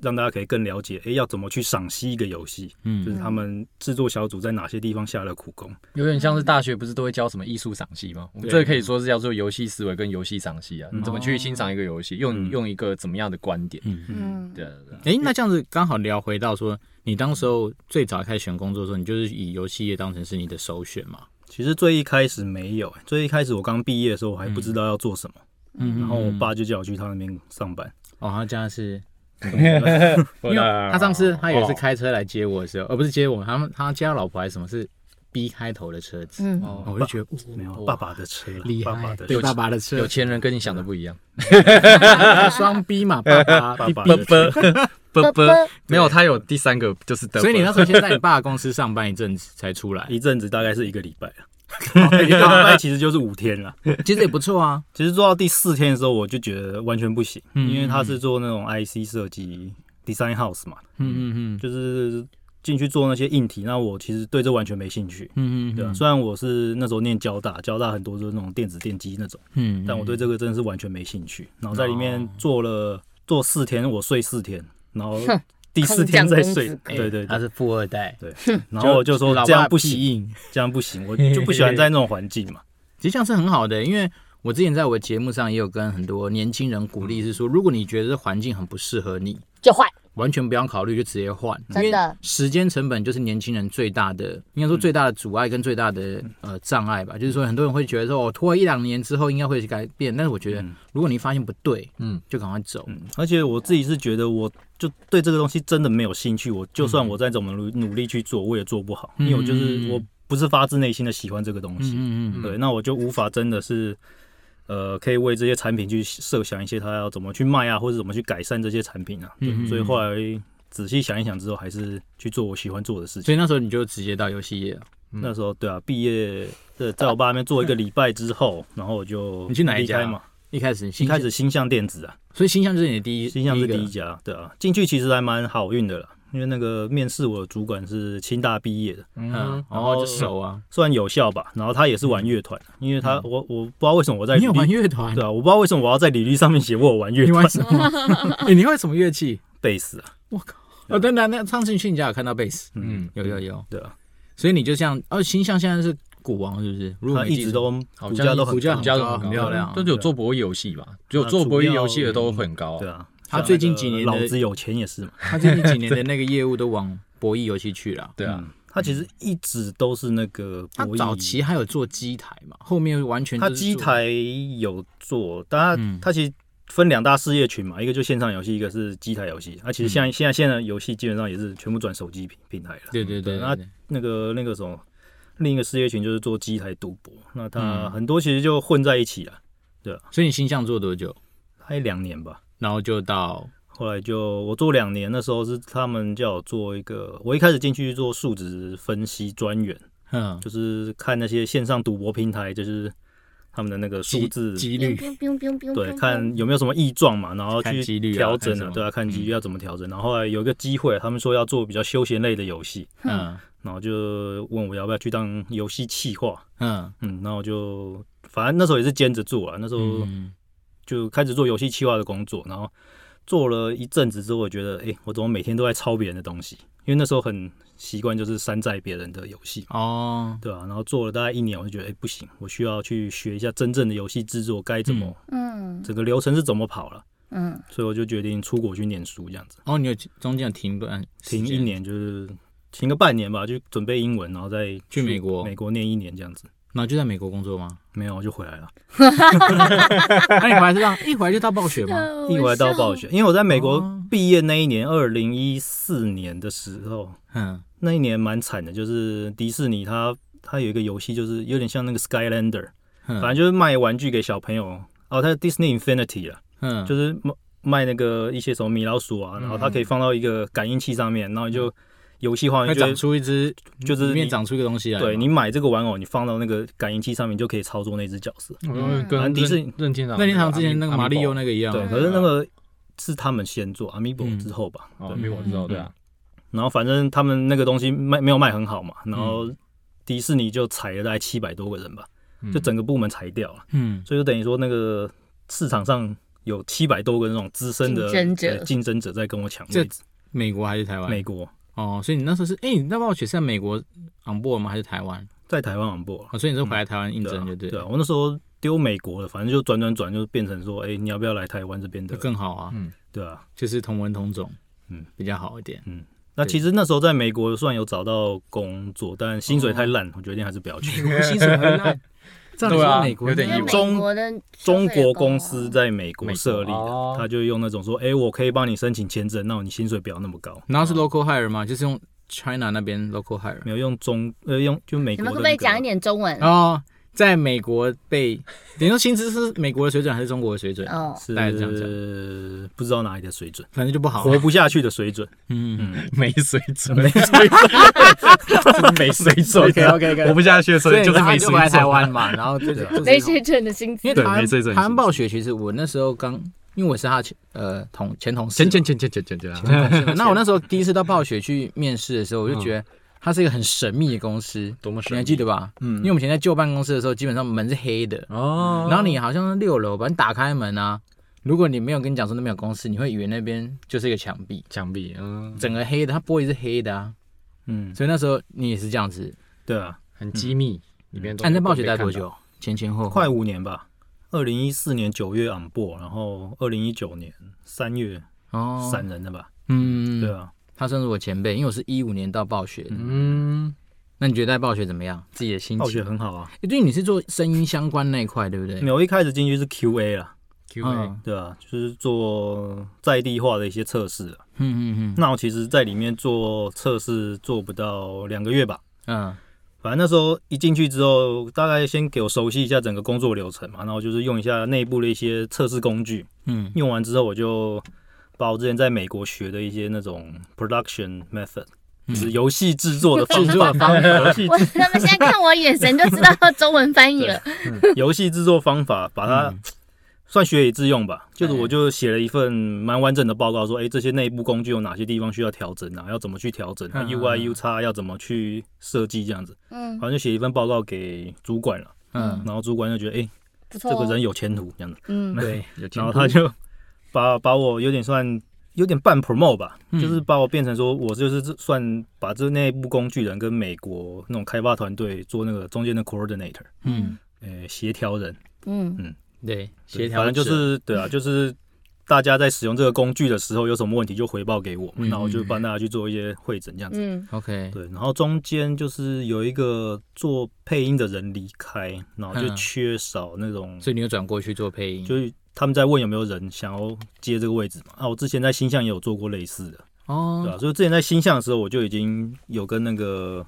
[SPEAKER 2] 让大家可以更了解，诶，要怎么去赏析一个游戏，
[SPEAKER 1] 嗯，
[SPEAKER 2] 就是他们制作小组在哪些地方下了苦功。
[SPEAKER 5] 有点像是大学不是都会教什么艺术赏析吗？我们
[SPEAKER 1] 对
[SPEAKER 5] 这个可以说是叫做游戏思维跟游戏赏析啊，
[SPEAKER 2] 嗯
[SPEAKER 5] 你怎么去欣赏一个游戏，
[SPEAKER 2] 嗯
[SPEAKER 5] 用用一个怎么样的观点？
[SPEAKER 4] 嗯
[SPEAKER 5] 对啊对啊
[SPEAKER 1] 哎、那这样子刚好聊回到说，你当时候最早开始选工作的时候，你就是以游戏业当成是你的首选嘛？
[SPEAKER 2] 其实最一开始没有、最一开始我刚毕业的时候，我还不知道要做什么。
[SPEAKER 1] 嗯，
[SPEAKER 2] 然后我爸就叫我去他那边上班。
[SPEAKER 1] 哦，他家是，因
[SPEAKER 5] 对
[SPEAKER 1] 为
[SPEAKER 5] 啊，
[SPEAKER 1] 他上次他有一次
[SPEAKER 5] 哦
[SPEAKER 1] 开车来接我的时候，呃而不是接我，他们他接他老婆还是什么是 B 开头的车子，
[SPEAKER 4] 嗯，
[SPEAKER 1] 哦我就觉得
[SPEAKER 2] 没有
[SPEAKER 1] 哇
[SPEAKER 2] 爸爸的车啦，
[SPEAKER 1] 厉
[SPEAKER 2] 爸爸
[SPEAKER 1] 害，
[SPEAKER 2] 的
[SPEAKER 1] 对
[SPEAKER 2] 车，
[SPEAKER 1] 爸爸的车
[SPEAKER 5] 有，钱人跟你想的不一样，
[SPEAKER 1] 双 B 嘛，爸 爸
[SPEAKER 2] 爸
[SPEAKER 1] 一
[SPEAKER 2] 爸
[SPEAKER 1] B
[SPEAKER 2] 的车。
[SPEAKER 3] 啵
[SPEAKER 4] 啵
[SPEAKER 3] 啵，没有，他有第三个就是的，
[SPEAKER 1] 所以你那时候先在你爸的公司上班一阵子才出来，
[SPEAKER 2] 一阵子大概是一个礼拜
[SPEAKER 1] 哦
[SPEAKER 2] 了，一个礼拜其实就是五天了。
[SPEAKER 1] 其实也不错啊。
[SPEAKER 2] 其实做到第四天的时候，我就觉得完全不行，
[SPEAKER 1] 嗯
[SPEAKER 2] 因为他是做那种 IC 设计 design house 嘛，
[SPEAKER 1] 嗯嗯嗯
[SPEAKER 2] 就是进去做那些硬体。那我其实对这完全没兴趣。
[SPEAKER 1] 嗯嗯，
[SPEAKER 2] 对啊，虽然我是那时候念交大，交大很多就是那种电子电机那种，
[SPEAKER 1] 嗯，哦
[SPEAKER 2] 但我对这个真的是完全没兴趣。然后在里面做了做四天，我睡四天，然后
[SPEAKER 4] 哼
[SPEAKER 2] 第四天再睡
[SPEAKER 4] 空降公
[SPEAKER 2] 对
[SPEAKER 4] 子。
[SPEAKER 2] 对对
[SPEAKER 1] 嗯他，是富二代，
[SPEAKER 2] 对，然后我就说这样不行，
[SPEAKER 1] 行。
[SPEAKER 2] 这样不行，我就不喜欢在那种环境 嘛。
[SPEAKER 1] 其实这样是很好的，因为我之前在我的节目上也有跟很多年轻人鼓励，是说如果你觉得这环境很不适合你，
[SPEAKER 4] 就坏，
[SPEAKER 1] 完全不要考虑，就直接换，因
[SPEAKER 4] 真
[SPEAKER 1] 为
[SPEAKER 4] 的
[SPEAKER 1] 时间成本就是年轻人最大的，应该说最大的阻碍跟最大的呃障碍吧。就是说很多人会觉得说，我拖一两年之后应该会改变，但是我觉得
[SPEAKER 2] 嗯
[SPEAKER 1] 如果你发现不对，
[SPEAKER 5] 嗯，
[SPEAKER 1] 就赶快走。
[SPEAKER 2] 嗯，而且我自己是觉得，我就对这个东西真的没有兴趣。我
[SPEAKER 1] 嗯
[SPEAKER 2] 就算我再怎么努努力去做，我也做不好，因为我就是我不是发自内心的喜欢这个东西。
[SPEAKER 1] 嗯嗯嗯
[SPEAKER 2] 对，那我就无法真的是，呃，可以为这些产品去设想一些它要怎么去卖啊，或者怎么去改善这些产品啊。对，
[SPEAKER 1] 嗯嗯嗯
[SPEAKER 2] 所以后来仔细想一想之后，还是去做我喜欢做的事
[SPEAKER 1] 所
[SPEAKER 2] 情。
[SPEAKER 1] 以那时候你就直接到游戏业了。
[SPEAKER 2] 那时候对啊，毕业呃，在我爸那边做一个礼拜之后，然后我就
[SPEAKER 1] 你去哪一
[SPEAKER 2] 离
[SPEAKER 1] 家啊
[SPEAKER 2] 开嘛？
[SPEAKER 1] 一开始新
[SPEAKER 2] 一开，始星象电子啊，
[SPEAKER 1] 所以新象就是你的第一，
[SPEAKER 2] 星象是第
[SPEAKER 1] 一
[SPEAKER 2] 一
[SPEAKER 1] 个
[SPEAKER 2] 家，对啊，进去其实还蛮好运的了。因为那个面试我的主管是清大毕业的，
[SPEAKER 1] 嗯，然
[SPEAKER 2] 然
[SPEAKER 1] 后
[SPEAKER 2] 后
[SPEAKER 1] 就熟啊。
[SPEAKER 2] 算有效吧。然后他也是玩乐团，啊因为他我我不知道为什么我在
[SPEAKER 1] 嗯你有
[SPEAKER 2] 履
[SPEAKER 1] 玩乐团？
[SPEAKER 2] 对啊，我不知道为什么我要在履历上面写我有玩乐
[SPEAKER 1] 你
[SPEAKER 2] 团
[SPEAKER 1] 玩什么？哎你会什么乐器？
[SPEAKER 2] 贝斯啊，
[SPEAKER 1] 哦，等等，那上次去你家有看到贝斯？
[SPEAKER 2] 嗯，
[SPEAKER 5] 嗯，
[SPEAKER 1] 有有有，
[SPEAKER 2] 对啊，
[SPEAKER 1] 所以你就像哦，形象现在是股王是不是？如果
[SPEAKER 2] 他
[SPEAKER 1] 没记
[SPEAKER 2] 一直
[SPEAKER 1] 错
[SPEAKER 2] 都
[SPEAKER 5] 好
[SPEAKER 2] 股
[SPEAKER 5] 像
[SPEAKER 2] 价都
[SPEAKER 1] 股
[SPEAKER 2] 很
[SPEAKER 1] 价
[SPEAKER 2] 高
[SPEAKER 1] 很
[SPEAKER 5] 家
[SPEAKER 1] 高很漂亮啊
[SPEAKER 5] 都有做博弈游戏吧？就有做博弈游戏的都很高
[SPEAKER 2] 对，
[SPEAKER 1] 哦
[SPEAKER 2] 啊，
[SPEAKER 1] 他
[SPEAKER 2] 像
[SPEAKER 1] 最近
[SPEAKER 2] 那个
[SPEAKER 1] 几年的
[SPEAKER 2] 老子有钱也是嘛，
[SPEAKER 1] 他最近几 年的那个业务都往博弈游戏去了。
[SPEAKER 5] 对啊，
[SPEAKER 2] 嗯，他其实一直都是那个
[SPEAKER 1] 他
[SPEAKER 2] 博弈
[SPEAKER 1] 早期还有做机台嘛，后面完全就
[SPEAKER 2] 他
[SPEAKER 1] 是
[SPEAKER 2] 机
[SPEAKER 1] 做嗯
[SPEAKER 2] 台有做，但他他其实分两大事业群嘛，一个就线上游戏，一个是机台游戏。他其实现在现在现在游戏基本上也是全部转手机平平台了，
[SPEAKER 1] 嗯对对对，
[SPEAKER 2] 对那
[SPEAKER 1] 对
[SPEAKER 2] 那个那个什么。另一个事业群就是做机台赌博，那他
[SPEAKER 1] 嗯
[SPEAKER 2] 很多其实就混在一起了，
[SPEAKER 1] 所以你形象做多久？
[SPEAKER 2] 还两年吧。
[SPEAKER 1] 然后就到
[SPEAKER 2] 后来就我做两年，那时候是他们叫我做一个，我一开始进去做数值分析专员，
[SPEAKER 1] 嗯
[SPEAKER 2] 就是看那些线上赌博平台，就是他们的那个数
[SPEAKER 1] 几
[SPEAKER 2] 字，
[SPEAKER 1] 几率，
[SPEAKER 4] 率
[SPEAKER 2] 对，看有没有什么异状嘛，然后
[SPEAKER 1] 看几
[SPEAKER 2] 去
[SPEAKER 1] 率啊
[SPEAKER 2] 调整
[SPEAKER 1] 看什
[SPEAKER 2] 啊
[SPEAKER 1] 么，嗯
[SPEAKER 2] 对啊，看几率要怎么调整。然后后来有一个机会，他们说要做比较休闲类的游戏，
[SPEAKER 1] 嗯
[SPEAKER 2] 然后就问我要不要去当游戏企划，
[SPEAKER 1] 嗯
[SPEAKER 2] 嗯，然后我就反正那时候也是兼着做啊，那时候
[SPEAKER 1] 嗯
[SPEAKER 2] 就开始做游戏企划的工作，然后做了一阵子之后，我觉得，哎、我怎么每天都在抄别人的东西？因为那时候很习惯就是山寨别人的游戏，
[SPEAKER 1] 哦，
[SPEAKER 2] 对啊，然后做了大概一年，我就觉得，哎、不行，我需要去学一下真正的游戏制作该怎么，
[SPEAKER 4] 嗯
[SPEAKER 2] 整个流程是怎么跑了，
[SPEAKER 4] 嗯，
[SPEAKER 2] 所以我就决定出国去念书，这样子，
[SPEAKER 1] 哦，你有中间有停顿嗯时
[SPEAKER 2] 停
[SPEAKER 1] 间
[SPEAKER 2] 一，年就是。停个半年吧，就准备英文，然后再
[SPEAKER 1] 去美国
[SPEAKER 2] 美国念一年这样子。
[SPEAKER 1] 然后就在美国工作吗？
[SPEAKER 2] 没有，我就回
[SPEAKER 1] 哦
[SPEAKER 2] 来了。
[SPEAKER 1] 那你回来是这样，一回来就到暴 雪吗？
[SPEAKER 2] 意外到暴雪，因为我在美国
[SPEAKER 1] 哦
[SPEAKER 2] 毕业那一年，二零一四年的时候，
[SPEAKER 1] 嗯，
[SPEAKER 2] 那一年蛮惨的，就是迪士尼它它有一个游戏，就是有点像那个 Skylander，
[SPEAKER 1] 嗯
[SPEAKER 2] 反正就是卖玩具给小朋友。哦，它是 Disney Infinity 啦，
[SPEAKER 1] 嗯，
[SPEAKER 2] 就是卖卖那个一些什么米老鼠啊，然后它可以放到一个感应器上面，然后你就游戏画
[SPEAKER 1] 嗯会
[SPEAKER 2] 面就
[SPEAKER 1] 长出一只，
[SPEAKER 2] 就是
[SPEAKER 1] 里面
[SPEAKER 2] 你
[SPEAKER 1] 长出一个东西来嘛。
[SPEAKER 2] 对你买这个玩偶，你放到那个感应器上面，你就可以操作那只角色。
[SPEAKER 5] 嗯，
[SPEAKER 2] 嗯
[SPEAKER 5] 跟
[SPEAKER 2] 迪士尼
[SPEAKER 5] 任任天堂
[SPEAKER 1] 任天堂之前那个马里奥那个一样，啊
[SPEAKER 2] 对，
[SPEAKER 4] 嗯
[SPEAKER 2] 可是那个是他们先做 Amiibo
[SPEAKER 1] 哦嗯
[SPEAKER 2] 之后吧，
[SPEAKER 5] 哦，
[SPEAKER 2] 对
[SPEAKER 5] 没我知道，对啊，
[SPEAKER 2] 然后反正他们那个东西卖没有卖很好嘛，然后
[SPEAKER 1] 嗯
[SPEAKER 2] 迪士尼就裁了大概七百多个人吧，
[SPEAKER 5] 嗯
[SPEAKER 2] 就整个部门裁掉了，
[SPEAKER 1] 嗯，
[SPEAKER 2] 所以就等于说那个市场上有七百多个那种资深的
[SPEAKER 4] 竞争者
[SPEAKER 2] 对竞争者在跟我抢
[SPEAKER 1] 这
[SPEAKER 2] 位置。
[SPEAKER 1] 美国还是台湾？
[SPEAKER 2] 美国
[SPEAKER 1] 哦，所以你那时候是，哎、你那暴雪是在美国 on board 吗？还是台湾？
[SPEAKER 2] 在台湾网播
[SPEAKER 1] 哦，所以你是回来台湾应征就对
[SPEAKER 2] 对啊对
[SPEAKER 1] 了，
[SPEAKER 2] 啊，我那时候丢美国了，反正就转转转就变成说，哎，你要不要来台湾这边
[SPEAKER 1] 那
[SPEAKER 2] 的？
[SPEAKER 1] 更好啊，
[SPEAKER 5] 嗯
[SPEAKER 2] 对啊，
[SPEAKER 1] 就是同文同种，
[SPEAKER 2] 嗯，
[SPEAKER 1] 比较好一 点。
[SPEAKER 2] 那
[SPEAKER 1] 对
[SPEAKER 2] 其实那时候在美国算有找到工作，但薪水
[SPEAKER 1] 哦
[SPEAKER 2] 太烂，我决定还是不要去。
[SPEAKER 1] 薪水 很烂，照理
[SPEAKER 5] 对啊
[SPEAKER 1] 说美国
[SPEAKER 5] 有点
[SPEAKER 1] 应该
[SPEAKER 5] 意
[SPEAKER 4] 因为
[SPEAKER 5] 外
[SPEAKER 2] 中
[SPEAKER 4] 美国的
[SPEAKER 2] 中国公
[SPEAKER 4] 消
[SPEAKER 2] 司
[SPEAKER 4] 费高啊
[SPEAKER 2] 在美国设立
[SPEAKER 5] 美国
[SPEAKER 2] 的
[SPEAKER 5] 哦，
[SPEAKER 2] 他就用那种说，哎、我可以帮你申请签证，那你薪水不要那么高，
[SPEAKER 1] 然后是 local hire 吗？就是用 China 那边 local hire。
[SPEAKER 2] 没有用中呃用就美
[SPEAKER 4] 你
[SPEAKER 2] 国
[SPEAKER 4] 们
[SPEAKER 2] 的、那
[SPEAKER 4] 可
[SPEAKER 2] 个
[SPEAKER 4] 不可以讲一点中文？
[SPEAKER 1] 哦，在美国被，等于说薪资是美国的水准还是中国的水准？
[SPEAKER 4] 哦，
[SPEAKER 1] 大概这样
[SPEAKER 2] 是不知道哪里的水准，
[SPEAKER 1] 反正就不好啊。
[SPEAKER 2] 活不下去的 水准，
[SPEAKER 1] 嗯，
[SPEAKER 2] 嗯，
[SPEAKER 5] 没水准，
[SPEAKER 2] 没水准，没水 准
[SPEAKER 5] 啊
[SPEAKER 1] OK OK OK，
[SPEAKER 3] 活不下去，所以就是没水
[SPEAKER 1] 回来台
[SPEAKER 3] 准。
[SPEAKER 1] 湾嘛，然后就是
[SPEAKER 4] 没水准的薪
[SPEAKER 1] 因
[SPEAKER 4] 资
[SPEAKER 1] 为台
[SPEAKER 3] 对
[SPEAKER 1] 湾
[SPEAKER 3] 没水准
[SPEAKER 1] 台湾暴雪其实我那时候刚，因为我是他前呃同前同事
[SPEAKER 3] 前
[SPEAKER 1] 嘛，
[SPEAKER 3] 前前前前前前啊，
[SPEAKER 1] 那我那时候第一次到暴雪去面试的时候，我就觉得它是一个很神秘的公司，
[SPEAKER 5] 嗯多么
[SPEAKER 1] 你
[SPEAKER 5] 神
[SPEAKER 1] 还
[SPEAKER 5] 秘
[SPEAKER 1] 记得吧？嗯，因为我们以前在旧办公室的时候，基本上门是黑的，
[SPEAKER 5] 哦
[SPEAKER 1] 然后你好像是六楼吧，你打开门啊，如果你没有跟你讲说那边有公司，你会以为那边就是一个墙壁，
[SPEAKER 5] 墙壁，嗯，
[SPEAKER 1] 整个黑的，它玻璃是黑的啊，
[SPEAKER 2] 嗯，
[SPEAKER 1] 所以那时候你也是这样子。啊
[SPEAKER 2] 对啊，
[SPEAKER 5] 很机密，里面都
[SPEAKER 1] 那你在暴雪
[SPEAKER 5] 都
[SPEAKER 1] 待
[SPEAKER 5] 没看
[SPEAKER 1] 多
[SPEAKER 5] 到？
[SPEAKER 1] 久？前前后后
[SPEAKER 2] 快五年吧，二零一四年九月 on board，然后二零一九年三月
[SPEAKER 1] 哦，
[SPEAKER 2] 闪人的吧，
[SPEAKER 1] 嗯，
[SPEAKER 2] 对，啊，
[SPEAKER 1] 他算是我前辈，因为我是一五年到暴雪的。
[SPEAKER 5] 嗯，
[SPEAKER 1] 那你觉得在暴雪怎么样？自己的心
[SPEAKER 2] 暴雪
[SPEAKER 1] 情？
[SPEAKER 2] 很好啊，
[SPEAKER 1] 欸对，你是做声音相关那一块，对不对
[SPEAKER 2] 没？有，我一开始进去是 QA 啦，
[SPEAKER 5] Q&A，
[SPEAKER 1] 嗯
[SPEAKER 2] 对啊，就是做在地化的一些测试啊。
[SPEAKER 1] 嗯嗯嗯
[SPEAKER 2] 那我其实在里面做测试做不到两个月吧，
[SPEAKER 1] 嗯，
[SPEAKER 2] 反正那时候一进去之后，大概先给我熟悉一下整个工作流程嘛，然后就是用一下内部的一些测试工具，
[SPEAKER 1] 嗯
[SPEAKER 2] 用完之后我就把我之前在美国学的一些那种 production method，
[SPEAKER 1] 嗯
[SPEAKER 2] 就是游戏制作的方
[SPEAKER 1] 制作
[SPEAKER 2] 法
[SPEAKER 1] 的，方法
[SPEAKER 2] 游戏
[SPEAKER 4] 我他们现在看我眼神就知道中文翻译了。
[SPEAKER 2] 游戏制作方法，把它、
[SPEAKER 1] 嗯
[SPEAKER 2] 算学以致用吧。就是
[SPEAKER 1] 对
[SPEAKER 2] 我就写了一份蛮完整的报告，说，哎、这些内部工具有哪些地方需要调整啊？要怎么去调整、啊、
[SPEAKER 1] 嗯
[SPEAKER 2] ？UI、U 叉要怎么去设计这样子？
[SPEAKER 4] 嗯
[SPEAKER 2] 反，正就写一份报告给主管了，
[SPEAKER 1] 嗯，
[SPEAKER 2] 然后主管就觉得，哎、
[SPEAKER 4] 不错
[SPEAKER 2] 这
[SPEAKER 4] 哦。
[SPEAKER 2] 个人有前途这样子，
[SPEAKER 4] 嗯，
[SPEAKER 1] 对，
[SPEAKER 2] 然后他就把把我有点算。有点半 promote 吧，
[SPEAKER 1] 嗯
[SPEAKER 2] 就是把我变成说，我就是这算把这内部工具人跟美国那种开发团队做那个中间的 coordinator，
[SPEAKER 1] 嗯
[SPEAKER 2] 呃，协调人。
[SPEAKER 4] 嗯，
[SPEAKER 1] 对，
[SPEAKER 2] 对
[SPEAKER 1] 协调
[SPEAKER 2] 反正就
[SPEAKER 1] 者
[SPEAKER 2] 是对啊，就是大家在使用这个工具的时候有什么问题就回报给我，
[SPEAKER 1] 嗯
[SPEAKER 2] 然后我就帮大家去做一些会诊这样子。
[SPEAKER 4] 嗯，
[SPEAKER 1] OK，
[SPEAKER 2] 对，然后中间就是有一个做配音的人离开，然后就
[SPEAKER 1] 嗯
[SPEAKER 2] 缺少那种，
[SPEAKER 1] 所以你又转过去做配音，
[SPEAKER 2] 就是他们在问有没有人想要接这个位置嘛。啊，我之前在星象也有做过类似的，对
[SPEAKER 1] 哦，
[SPEAKER 2] 啊，所以之前在星象的时候我就已经有跟那个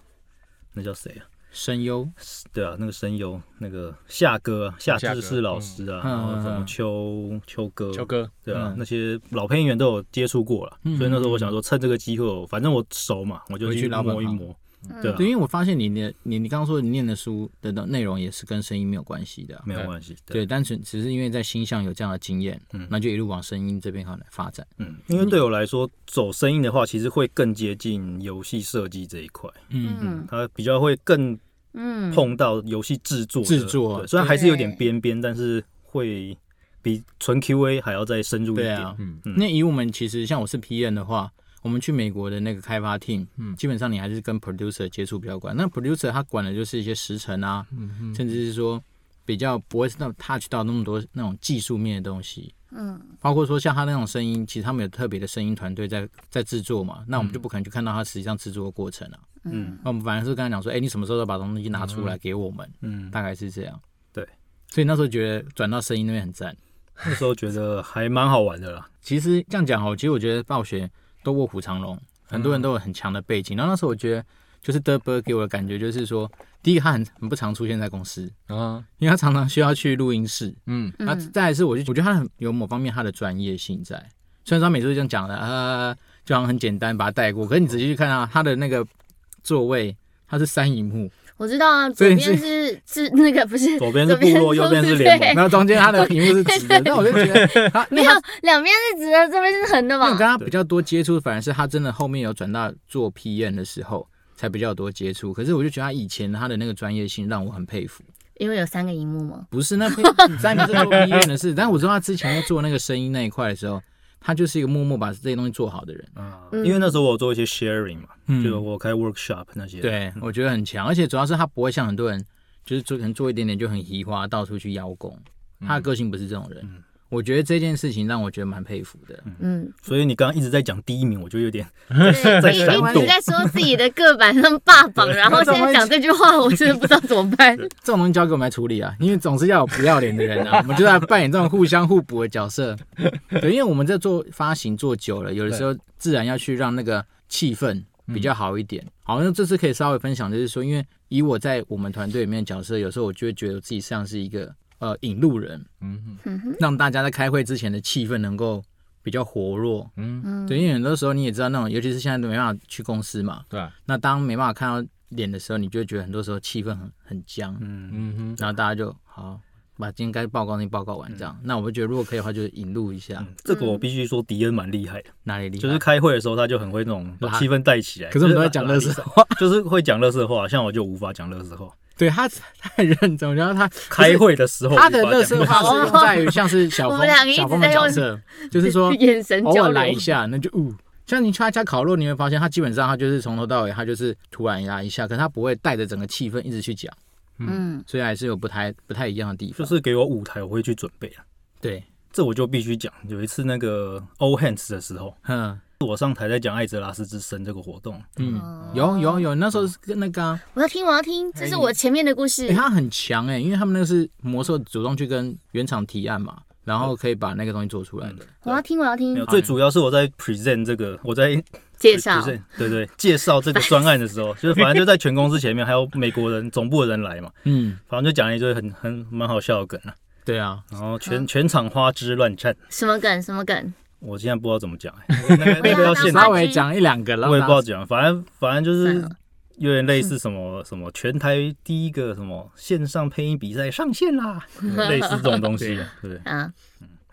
[SPEAKER 2] 那叫谁啊？
[SPEAKER 1] 声优，
[SPEAKER 2] 对啊，那个声优，那个夏哥啊，夏
[SPEAKER 5] 夏
[SPEAKER 2] 志
[SPEAKER 5] 哥
[SPEAKER 2] 士老师啊，
[SPEAKER 1] 嗯
[SPEAKER 2] 然后什
[SPEAKER 1] 嗯
[SPEAKER 2] 么
[SPEAKER 1] 嗯
[SPEAKER 2] 秋秋哥，
[SPEAKER 5] 秋哥，
[SPEAKER 2] 对啊，
[SPEAKER 1] 嗯
[SPEAKER 2] 那些老配音员都有接触过了，
[SPEAKER 1] 嗯
[SPEAKER 2] 所以那时候我想说，趁这个机会我，反正我熟嘛，我就
[SPEAKER 1] 回去
[SPEAKER 2] 去
[SPEAKER 1] 老本
[SPEAKER 2] 摸一
[SPEAKER 1] 行
[SPEAKER 2] 摸。
[SPEAKER 4] 嗯
[SPEAKER 2] 对啊
[SPEAKER 1] 对，因为我发现你的你你刚刚说你念的书的内容也是跟声音没有关系的啊，
[SPEAKER 2] 没有
[SPEAKER 5] 对
[SPEAKER 2] 关系。对，
[SPEAKER 1] 对，单纯只是因为在星象有这样的经验，
[SPEAKER 2] 嗯
[SPEAKER 1] 那就一路往声音这边好来发展，
[SPEAKER 2] 嗯，因为对我来说，走声音的话，其实会更接近游戏设计这一块，
[SPEAKER 1] 嗯，
[SPEAKER 4] 嗯
[SPEAKER 2] 它比较会更
[SPEAKER 4] 嗯，
[SPEAKER 2] 碰到游戏制作的。
[SPEAKER 1] 制作
[SPEAKER 2] 对虽然还是有点
[SPEAKER 4] 对
[SPEAKER 2] 边边，但是会比纯 QA 还要再深入一
[SPEAKER 1] 对
[SPEAKER 2] 点。
[SPEAKER 1] 啊，
[SPEAKER 5] 嗯，
[SPEAKER 2] 嗯
[SPEAKER 1] 那以我们其实像我是 PM 的话，我们去美国的那个开发 team，
[SPEAKER 5] 嗯
[SPEAKER 1] 基本上你还是跟 producer 接触比较广。那 producer 他管的就是一些时程啊，
[SPEAKER 5] 嗯
[SPEAKER 1] 甚至是说比较不会到 touch 到那么多那种技术面的东西。
[SPEAKER 4] 嗯，
[SPEAKER 1] 包括说像他那种声音，其实他们有特别的声音团队在在制作嘛，那我们就不可能去看到他实际上制作的过程啊。
[SPEAKER 2] 嗯
[SPEAKER 1] 那我们反而是跟他讲说，哎、你什么时候把东西拿出来给我们？
[SPEAKER 2] 嗯，
[SPEAKER 1] 大概是这样。
[SPEAKER 2] 对，
[SPEAKER 1] 所以那时候觉得转到声音那边很赞。
[SPEAKER 2] 那时候觉得还蛮好玩的 啦。
[SPEAKER 1] 其实这样讲哦，其实我觉得暴雪都卧虎藏龙，很多人都有很强的背景。然后那时候我觉得，就是 d e b 给我的感觉就是说，第一个他很很不常出现在公司，
[SPEAKER 5] 啊，
[SPEAKER 1] 因为他常常需要去录音室。
[SPEAKER 5] 嗯，
[SPEAKER 1] 那再来是，我就我觉得呃他很有某方面他的专业性在，虽然说他每次都这样讲的，呃，就好像很简单把它带过，可是你仔细去看啊，他的那个座位，它是三荧幕，
[SPEAKER 4] 我知道啊，左
[SPEAKER 1] 所以
[SPEAKER 4] 边
[SPEAKER 1] 你是
[SPEAKER 4] 是 是那个不是，
[SPEAKER 2] 左边是部落右边是联盟
[SPEAKER 4] 对
[SPEAKER 1] 然后中间它的屏幕是直的，但我就觉得他
[SPEAKER 4] 没有两边是直的，这边是横的
[SPEAKER 1] 因为我
[SPEAKER 4] 吧？
[SPEAKER 1] 跟他比较多接触，反而是他真的后面有转到做 PM 的时候才比较多接触。可是我就觉得他以前他的那个专业性让我很佩服。
[SPEAKER 4] 因为有三个荧幕嘛。
[SPEAKER 1] 不是那三明是做 PM 的事，但我知道他之前在做那个声音那一块的时候，他就是一个默默把这些东西做好的人。
[SPEAKER 2] 啊，
[SPEAKER 4] 嗯
[SPEAKER 2] 因为那时候我有做一些 sharing 嘛，
[SPEAKER 1] 嗯
[SPEAKER 2] 就我开 workshop 那些。
[SPEAKER 1] 对，我觉得很强，而且主要是他不会像很多人，就是做可能做一点点就很移花，到处去邀功。他的个性不是这种人。我觉得这件事情让我觉得蛮佩服的。
[SPEAKER 4] 嗯，
[SPEAKER 2] 所以你刚刚一直在讲第一名，我就有点
[SPEAKER 4] 对，
[SPEAKER 2] 在
[SPEAKER 4] 一
[SPEAKER 2] 闪
[SPEAKER 4] 一
[SPEAKER 2] 躲
[SPEAKER 4] 直在说自己的个板上霸榜，然后现在讲这 句话，我真的不知道怎么办。
[SPEAKER 1] 这种东西交给我们来处理啊，因为总是要有不要脸的人 啊，我们就在扮演这种互相互补的角色。对，因为我们在做发行做久了，有的时候自然要去让那个气氛比较好一点。好，那这次可以稍微分享，就是说，因为以我在我们团队里面的角色，有时候我就会觉得我自己像是一个呃引路人，
[SPEAKER 4] 嗯哼
[SPEAKER 1] 让大家在开会之前的气氛能够比较活络。
[SPEAKER 4] 嗯
[SPEAKER 1] 对，因为很多时候你也知道，那种尤其是现在都没办法去公司嘛，
[SPEAKER 5] 对啊，
[SPEAKER 1] 那当没办法看到脸的时候，你就会觉得很多时候气氛很很僵。
[SPEAKER 2] 嗯，
[SPEAKER 5] 嗯哼，
[SPEAKER 1] 然后大家就好把今天该报告的报告完，这样。那我觉得如果可以的话，就引路一下
[SPEAKER 2] 嗯这个我必须说迪恩蛮厉害的，
[SPEAKER 1] 哪里厉害，
[SPEAKER 2] 就是开会的时候他就很会那种把
[SPEAKER 1] 嗯拉
[SPEAKER 2] 气氛带起来。
[SPEAKER 1] 可是我们都在讲乐色
[SPEAKER 2] 就是
[SPEAKER 1] 话，
[SPEAKER 2] 拉， 就是会讲乐色话，像我就无法讲乐色话。
[SPEAKER 1] 对他太认真，然后他
[SPEAKER 2] 开会的时候
[SPEAKER 1] 他的
[SPEAKER 2] 无法讲
[SPEAKER 1] 乐色话 是
[SPEAKER 4] 乐色话
[SPEAKER 1] 用在于像是小
[SPEAKER 4] 我
[SPEAKER 1] 峰
[SPEAKER 4] 们两个一直
[SPEAKER 1] 小峰的角 色，就是说
[SPEAKER 4] 眼神
[SPEAKER 1] 偶
[SPEAKER 4] 交
[SPEAKER 1] 尔来
[SPEAKER 4] 流
[SPEAKER 1] 一，下，那就呜。像你去他家烤肉，你会发现他基本上他就是从头到尾，他就是突然来一下，可是他不会带着整个气氛一直去讲，
[SPEAKER 4] 嗯，
[SPEAKER 1] 所以还是有不太不太一样的地
[SPEAKER 2] 就
[SPEAKER 1] 方。
[SPEAKER 2] 是给我舞台，我会去准备啊。
[SPEAKER 1] 对，
[SPEAKER 2] 这我就必须讲，有一次那个 All Hands 的时候，
[SPEAKER 1] 嗯
[SPEAKER 2] 我上台在讲艾泽拉斯之声这个活动，
[SPEAKER 1] 嗯，
[SPEAKER 4] 哦
[SPEAKER 1] 有有有，那时候是跟那个啊、
[SPEAKER 4] 我要听，我要听，这是我前面的故事
[SPEAKER 1] 欸、。他很强哎、因为他们那个是魔兽主动去跟原厂提案嘛，然后可以把那个东西做出来的。
[SPEAKER 4] 我要听，我要
[SPEAKER 2] 没
[SPEAKER 4] 听
[SPEAKER 2] 有，最主要是我在 present 这个，我在
[SPEAKER 4] 介绍。
[SPEAKER 2] present 对对，介绍这个专案的时 候，就是反正就在全公司前面，还有美国人总部的人来嘛，
[SPEAKER 1] 嗯，
[SPEAKER 2] 反正就讲了一堆很很蛮好笑的梗啊，
[SPEAKER 1] 对啊，
[SPEAKER 2] 然后全全场花枝乱颤，
[SPEAKER 4] 什么梗？什么梗？
[SPEAKER 2] 我现在不知道怎么 讲、欸，那个那个要现
[SPEAKER 1] 稍
[SPEAKER 2] 场，
[SPEAKER 1] 微讲一两个，然
[SPEAKER 2] 我
[SPEAKER 1] 后
[SPEAKER 2] 也
[SPEAKER 1] 大
[SPEAKER 2] 不
[SPEAKER 1] 家
[SPEAKER 2] 知道讲，反正反正就
[SPEAKER 4] 算
[SPEAKER 2] 是
[SPEAKER 4] 了
[SPEAKER 2] 有点类似什么什么全台第一个什么线上配音比赛上线 啦，类似这种东西，对不对？
[SPEAKER 4] 啊，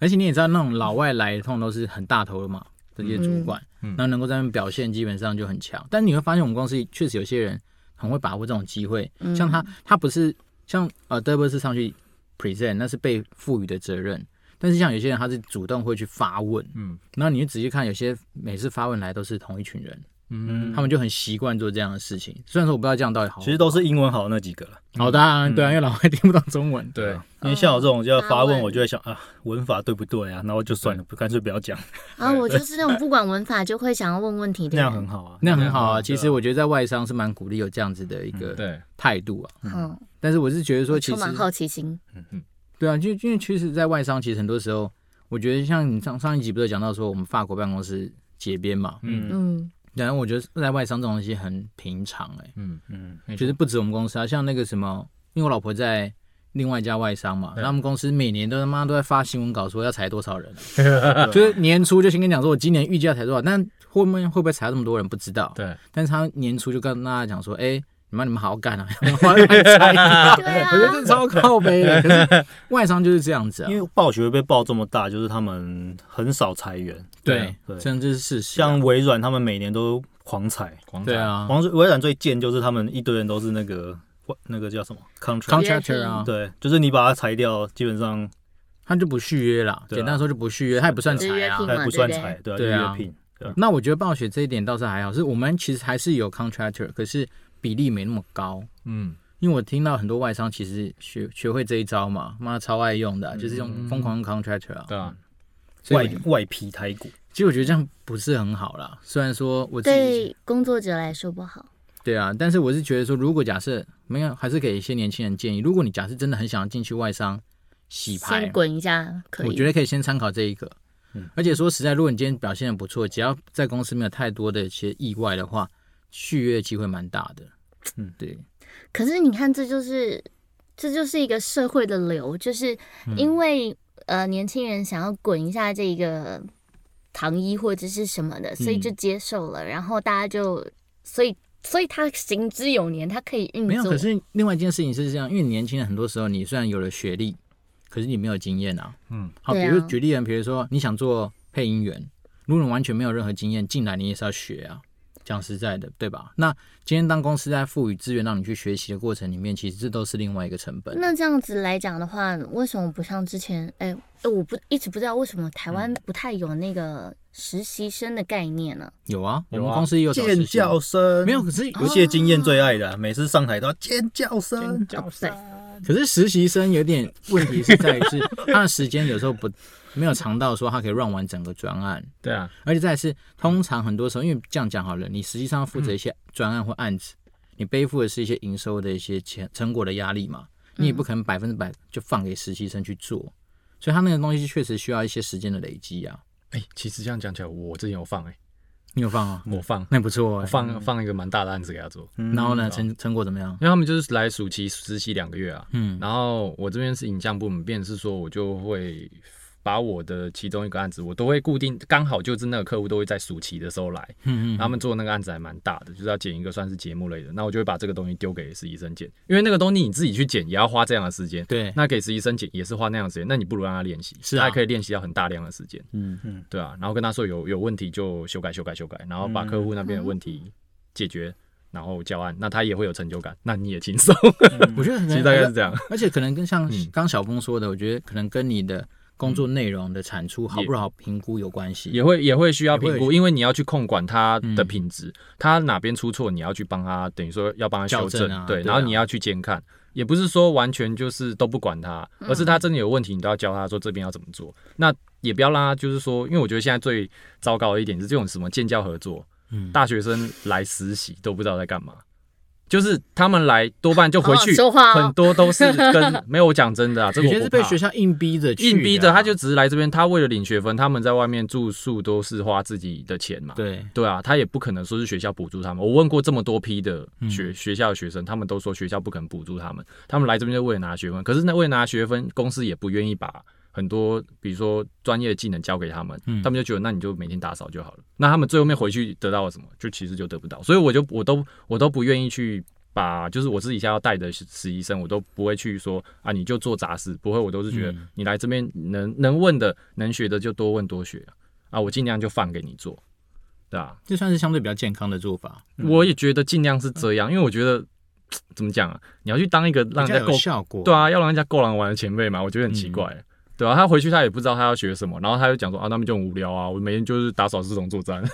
[SPEAKER 1] 而且你也知道，那种老外来，通常都是很大头的嘛，这些主管，
[SPEAKER 2] 嗯
[SPEAKER 1] 然后能够在那边表现，基本上就很强。但你会发现，我们公司确实有些人很会把握这种机会，像他，他不是像呃德布斯上去 present，那是被赋予的责任。但是像有些人，他是主动会去发问，嗯
[SPEAKER 5] 嗯，
[SPEAKER 1] 然后你就仔细看，有些每次发问来都是同一群人，
[SPEAKER 2] 嗯，
[SPEAKER 1] 他们就很习惯做这样的事情。虽然说我不知道这样到底好不好，
[SPEAKER 2] 其实都是英文好那几个了，
[SPEAKER 1] 好当然对啊，因为老外听不懂中文。
[SPEAKER 5] 对，
[SPEAKER 2] 因为像我这种就要嗯发
[SPEAKER 4] 发
[SPEAKER 2] 问，
[SPEAKER 4] 问
[SPEAKER 2] 我就会想啊，文法对不对啊？然后就算了，不干脆不要 讲，
[SPEAKER 4] 啊，我就是那种不管文法就会想要问问题的
[SPEAKER 2] 那样
[SPEAKER 4] 人。
[SPEAKER 2] 很好啊。
[SPEAKER 1] 那样很好啊。
[SPEAKER 2] 对
[SPEAKER 1] 其实我觉得在外商是蛮鼓励有这样子的一个
[SPEAKER 5] 嗯对，
[SPEAKER 1] 态度啊。
[SPEAKER 4] 嗯，
[SPEAKER 1] 但是我是觉得说，其
[SPEAKER 4] 充
[SPEAKER 1] 实
[SPEAKER 4] 满好奇心。
[SPEAKER 1] 对啊，就因为其实，在外商其实很多时候，我觉得像你上上一集不是有讲到说我们法国办公室结边嘛，
[SPEAKER 2] 嗯
[SPEAKER 4] 嗯，
[SPEAKER 1] 然后我觉得在外商这种东西很平常哎、
[SPEAKER 5] 嗯，
[SPEAKER 2] 嗯，
[SPEAKER 5] 没
[SPEAKER 1] 其
[SPEAKER 5] 错
[SPEAKER 1] 实不止我们公司啊，像那个什么，因为我老婆在另外一家外商嘛，
[SPEAKER 5] 嗯
[SPEAKER 1] 他们公司每年都他妈都在发新闻稿说要裁多少人，啊就是年初就先跟你讲说我今年预计要裁多少，但后面会不会裁这么多人不知道。
[SPEAKER 5] 对，
[SPEAKER 1] 但是他年初就跟大家讲说，哎、你们你们好好干啊，我要被裁掉
[SPEAKER 4] 对啊
[SPEAKER 1] 我觉得这超靠背的。可是外商就是这样子啊，
[SPEAKER 2] 因为暴雪会被爆这么大，就是他们很少裁员，
[SPEAKER 1] 对，
[SPEAKER 2] 对
[SPEAKER 1] 真的这是事实啊。
[SPEAKER 2] 像微软他们每年都狂裁，
[SPEAKER 5] 狂
[SPEAKER 1] 对
[SPEAKER 5] 打，
[SPEAKER 1] 啊
[SPEAKER 2] 狂微软最贱就是他们一堆人都是那个那个叫什么 contract，
[SPEAKER 1] ，contractor 啊，
[SPEAKER 2] 对，就是你把它裁掉，基本上
[SPEAKER 1] 他就不续约啦，
[SPEAKER 2] 对啊
[SPEAKER 1] 简单说就不续约，他也不算裁
[SPEAKER 4] 就约
[SPEAKER 1] 啊
[SPEAKER 4] 聘。嘛
[SPEAKER 2] 还不算
[SPEAKER 4] 对不
[SPEAKER 2] 裁，对啊，就
[SPEAKER 1] 对啊
[SPEAKER 2] 约聘，对啊，
[SPEAKER 1] 那我觉得暴雪这一点倒是还好，是我们其实还是有 contractor，可是比例没那么高。
[SPEAKER 5] 嗯，
[SPEAKER 1] 因为我听到很多外商其实学学会这一招嘛，妈超爱用的啊、
[SPEAKER 2] 嗯
[SPEAKER 1] 就是用疯狂用 contractor 啊。
[SPEAKER 5] 对啊，
[SPEAKER 1] 所
[SPEAKER 2] 外
[SPEAKER 1] 以
[SPEAKER 2] 外皮台股，
[SPEAKER 1] 其实我觉得这样不是很好啦。虽然说我自己
[SPEAKER 4] 对工作者来说不好。
[SPEAKER 1] 对啊，但是我是觉得说，如果假设没有，还是给一些年轻人建议，如果你假设真的很想要进去外商洗牌
[SPEAKER 4] 先，滚一下可以。
[SPEAKER 1] 我觉得可以先参考这一个。而且说实在，如果你今天表现的不错，只要在公司没有太多的一些意外的话，续约的机会蛮大的。嗯，对，
[SPEAKER 4] 可是你看，这就是这就是一个社会的流，就是
[SPEAKER 1] 嗯
[SPEAKER 4] 因为、呃年轻人想要滚一下这一个糖衣或者是什么
[SPEAKER 1] 嗯
[SPEAKER 4] 的，所以就接受了，然后大家就所以所以他行之有年，他可以运
[SPEAKER 1] 没有。
[SPEAKER 4] 作
[SPEAKER 1] 可。是另外一件事情是这样，因为年轻人很多时候，你虽然有了学历，可是你没有经验啊。
[SPEAKER 3] 嗯，
[SPEAKER 1] 好，比
[SPEAKER 4] 对啊
[SPEAKER 1] 如举例人，比如说你想做配音员，如果你完全没有任何经验进来，你也是要学啊。讲实在的，对吧？那今天当公司在赋予资源让你去学习的过程里面，其实这都是另外一个成本。
[SPEAKER 4] 那这样子来讲的话，为什么不像之前？哎、我不一直不知道为什么台湾
[SPEAKER 1] 嗯
[SPEAKER 4] 不太有那个实习生的概念呢、
[SPEAKER 1] 有啊，我
[SPEAKER 5] 有啊
[SPEAKER 1] 们公司也有找实
[SPEAKER 2] 尖
[SPEAKER 1] 习啊
[SPEAKER 2] 叫声
[SPEAKER 1] 没有，可是
[SPEAKER 2] 不屑经验最爱的啊、每次上台都要尖叫声。
[SPEAKER 4] 哦，对，
[SPEAKER 1] 可是实习生有点问题是在于 是他的时间有时候不没有长到说他可以 run 完整个专案，
[SPEAKER 5] 对啊，
[SPEAKER 1] 而且再来是通常很多时候，因为这样讲好了，你实际上要负责一些专案或案子，你背负的是一些营收的一些钱成果的压力嘛，
[SPEAKER 5] 嗯
[SPEAKER 1] 你也不可能百分之百就放给实习生去做，所以他那个东西确实需要一些时间的累积啊。
[SPEAKER 5] 哎，其实这样讲起来，我之前有放哎，
[SPEAKER 1] 你有放啊？
[SPEAKER 5] 我放
[SPEAKER 1] 那不错、
[SPEAKER 5] 我
[SPEAKER 1] 欸，。
[SPEAKER 5] 放放一个蛮大的案子给他做，
[SPEAKER 1] 然后呢，成成果怎么样？
[SPEAKER 5] 因为他们就是来暑期实习两个月啊，
[SPEAKER 1] 嗯
[SPEAKER 5] 然后我这边是影像部门，变成是说我就会把我的其中一个案子，我都会固定，刚好就是那个客户都会在暑期的时候来，
[SPEAKER 1] 嗯
[SPEAKER 5] 他们做那个案子还蛮大的，就是要剪一个算是节目类的，那我就会把这个东西丢给实习生剪，因为那个东西你自己去剪也要花这样的时间，
[SPEAKER 1] 对
[SPEAKER 5] 那给实习生剪也是花那样的时间，那你不如让他练习，
[SPEAKER 1] 是啊
[SPEAKER 5] 他可以练习到很大量的时间，
[SPEAKER 1] 嗯
[SPEAKER 2] 嗯，
[SPEAKER 5] 对啊，然后跟他说有有问题就修改修改修改，然后把客户那边的问题解决，然后交案，那他也会有成就感，那你也轻松，
[SPEAKER 1] 我觉得可
[SPEAKER 5] 其实
[SPEAKER 1] 能
[SPEAKER 5] 大概是这样，
[SPEAKER 1] 而且可能跟像
[SPEAKER 5] 嗯
[SPEAKER 1] 刚小峰说的，我觉得可能跟你的工作内容的产出好不好评估有关系。
[SPEAKER 5] 也会也会需要
[SPEAKER 1] 也会嗯
[SPEAKER 5] 评估，因为你要去控管他的品质，他哪边出错，你要去帮他，等于说要帮他
[SPEAKER 1] 校
[SPEAKER 5] 修
[SPEAKER 1] 正啊对
[SPEAKER 5] 对，
[SPEAKER 1] 啊
[SPEAKER 5] 然后你要去监看，也不是说完全就是都不管他，而是他真的有问题，你都要教他说这边要怎么做，那也不要让他就是说，因为我觉得现在最糟糕的一点是这种什么建教合作，
[SPEAKER 1] 嗯
[SPEAKER 5] 大学生来实习都不知道在干嘛。就是他们来多半就回
[SPEAKER 4] 好好
[SPEAKER 5] 去，
[SPEAKER 4] 说话哦
[SPEAKER 5] 很多都是跟没有我讲真的啊，这
[SPEAKER 1] 有
[SPEAKER 5] 个我
[SPEAKER 1] 些
[SPEAKER 5] 不
[SPEAKER 1] 是被
[SPEAKER 5] 怕
[SPEAKER 1] 学校硬逼着去啊
[SPEAKER 5] 硬逼着，他就只是来这边，他为了领学分，他们在外面住宿都是花自己的钱嘛。
[SPEAKER 1] 对，
[SPEAKER 5] 对啊，他也不可能说是学校补助他们。我问过这么多批的学、学校的学生，他们都说学校不肯补助他们，他们来这边就为了拿学分。可是那为了拿学分，公司也不愿意把很多比如说专业的技能交给他们，
[SPEAKER 1] 嗯
[SPEAKER 5] 他们就觉得那你就每天打扫就好了。那他们最后面回去得到了什么？就其实就得不到。所以我就我都我都不愿意去。把就是我自己下要带的实实习生，我都不会去说啊，你就做杂事，不会，我都是觉得你来这边能能问的、能学的就多问多学啊，我尽量就放给你做，对啊，
[SPEAKER 1] 这算是相对比较健康的做法，
[SPEAKER 5] 我也觉得尽量是这样，因为我觉得怎么讲啊，你要去当一个让
[SPEAKER 1] 比较
[SPEAKER 5] 人家够
[SPEAKER 1] 有效嗯果。
[SPEAKER 5] 对，啊，要让人家够狼玩的前辈嘛，我觉得很奇怪。对啊，他回去他也不知道他要学什么，然后他就讲说啊，那边就很无聊啊，我每天就是打扫这种作 战。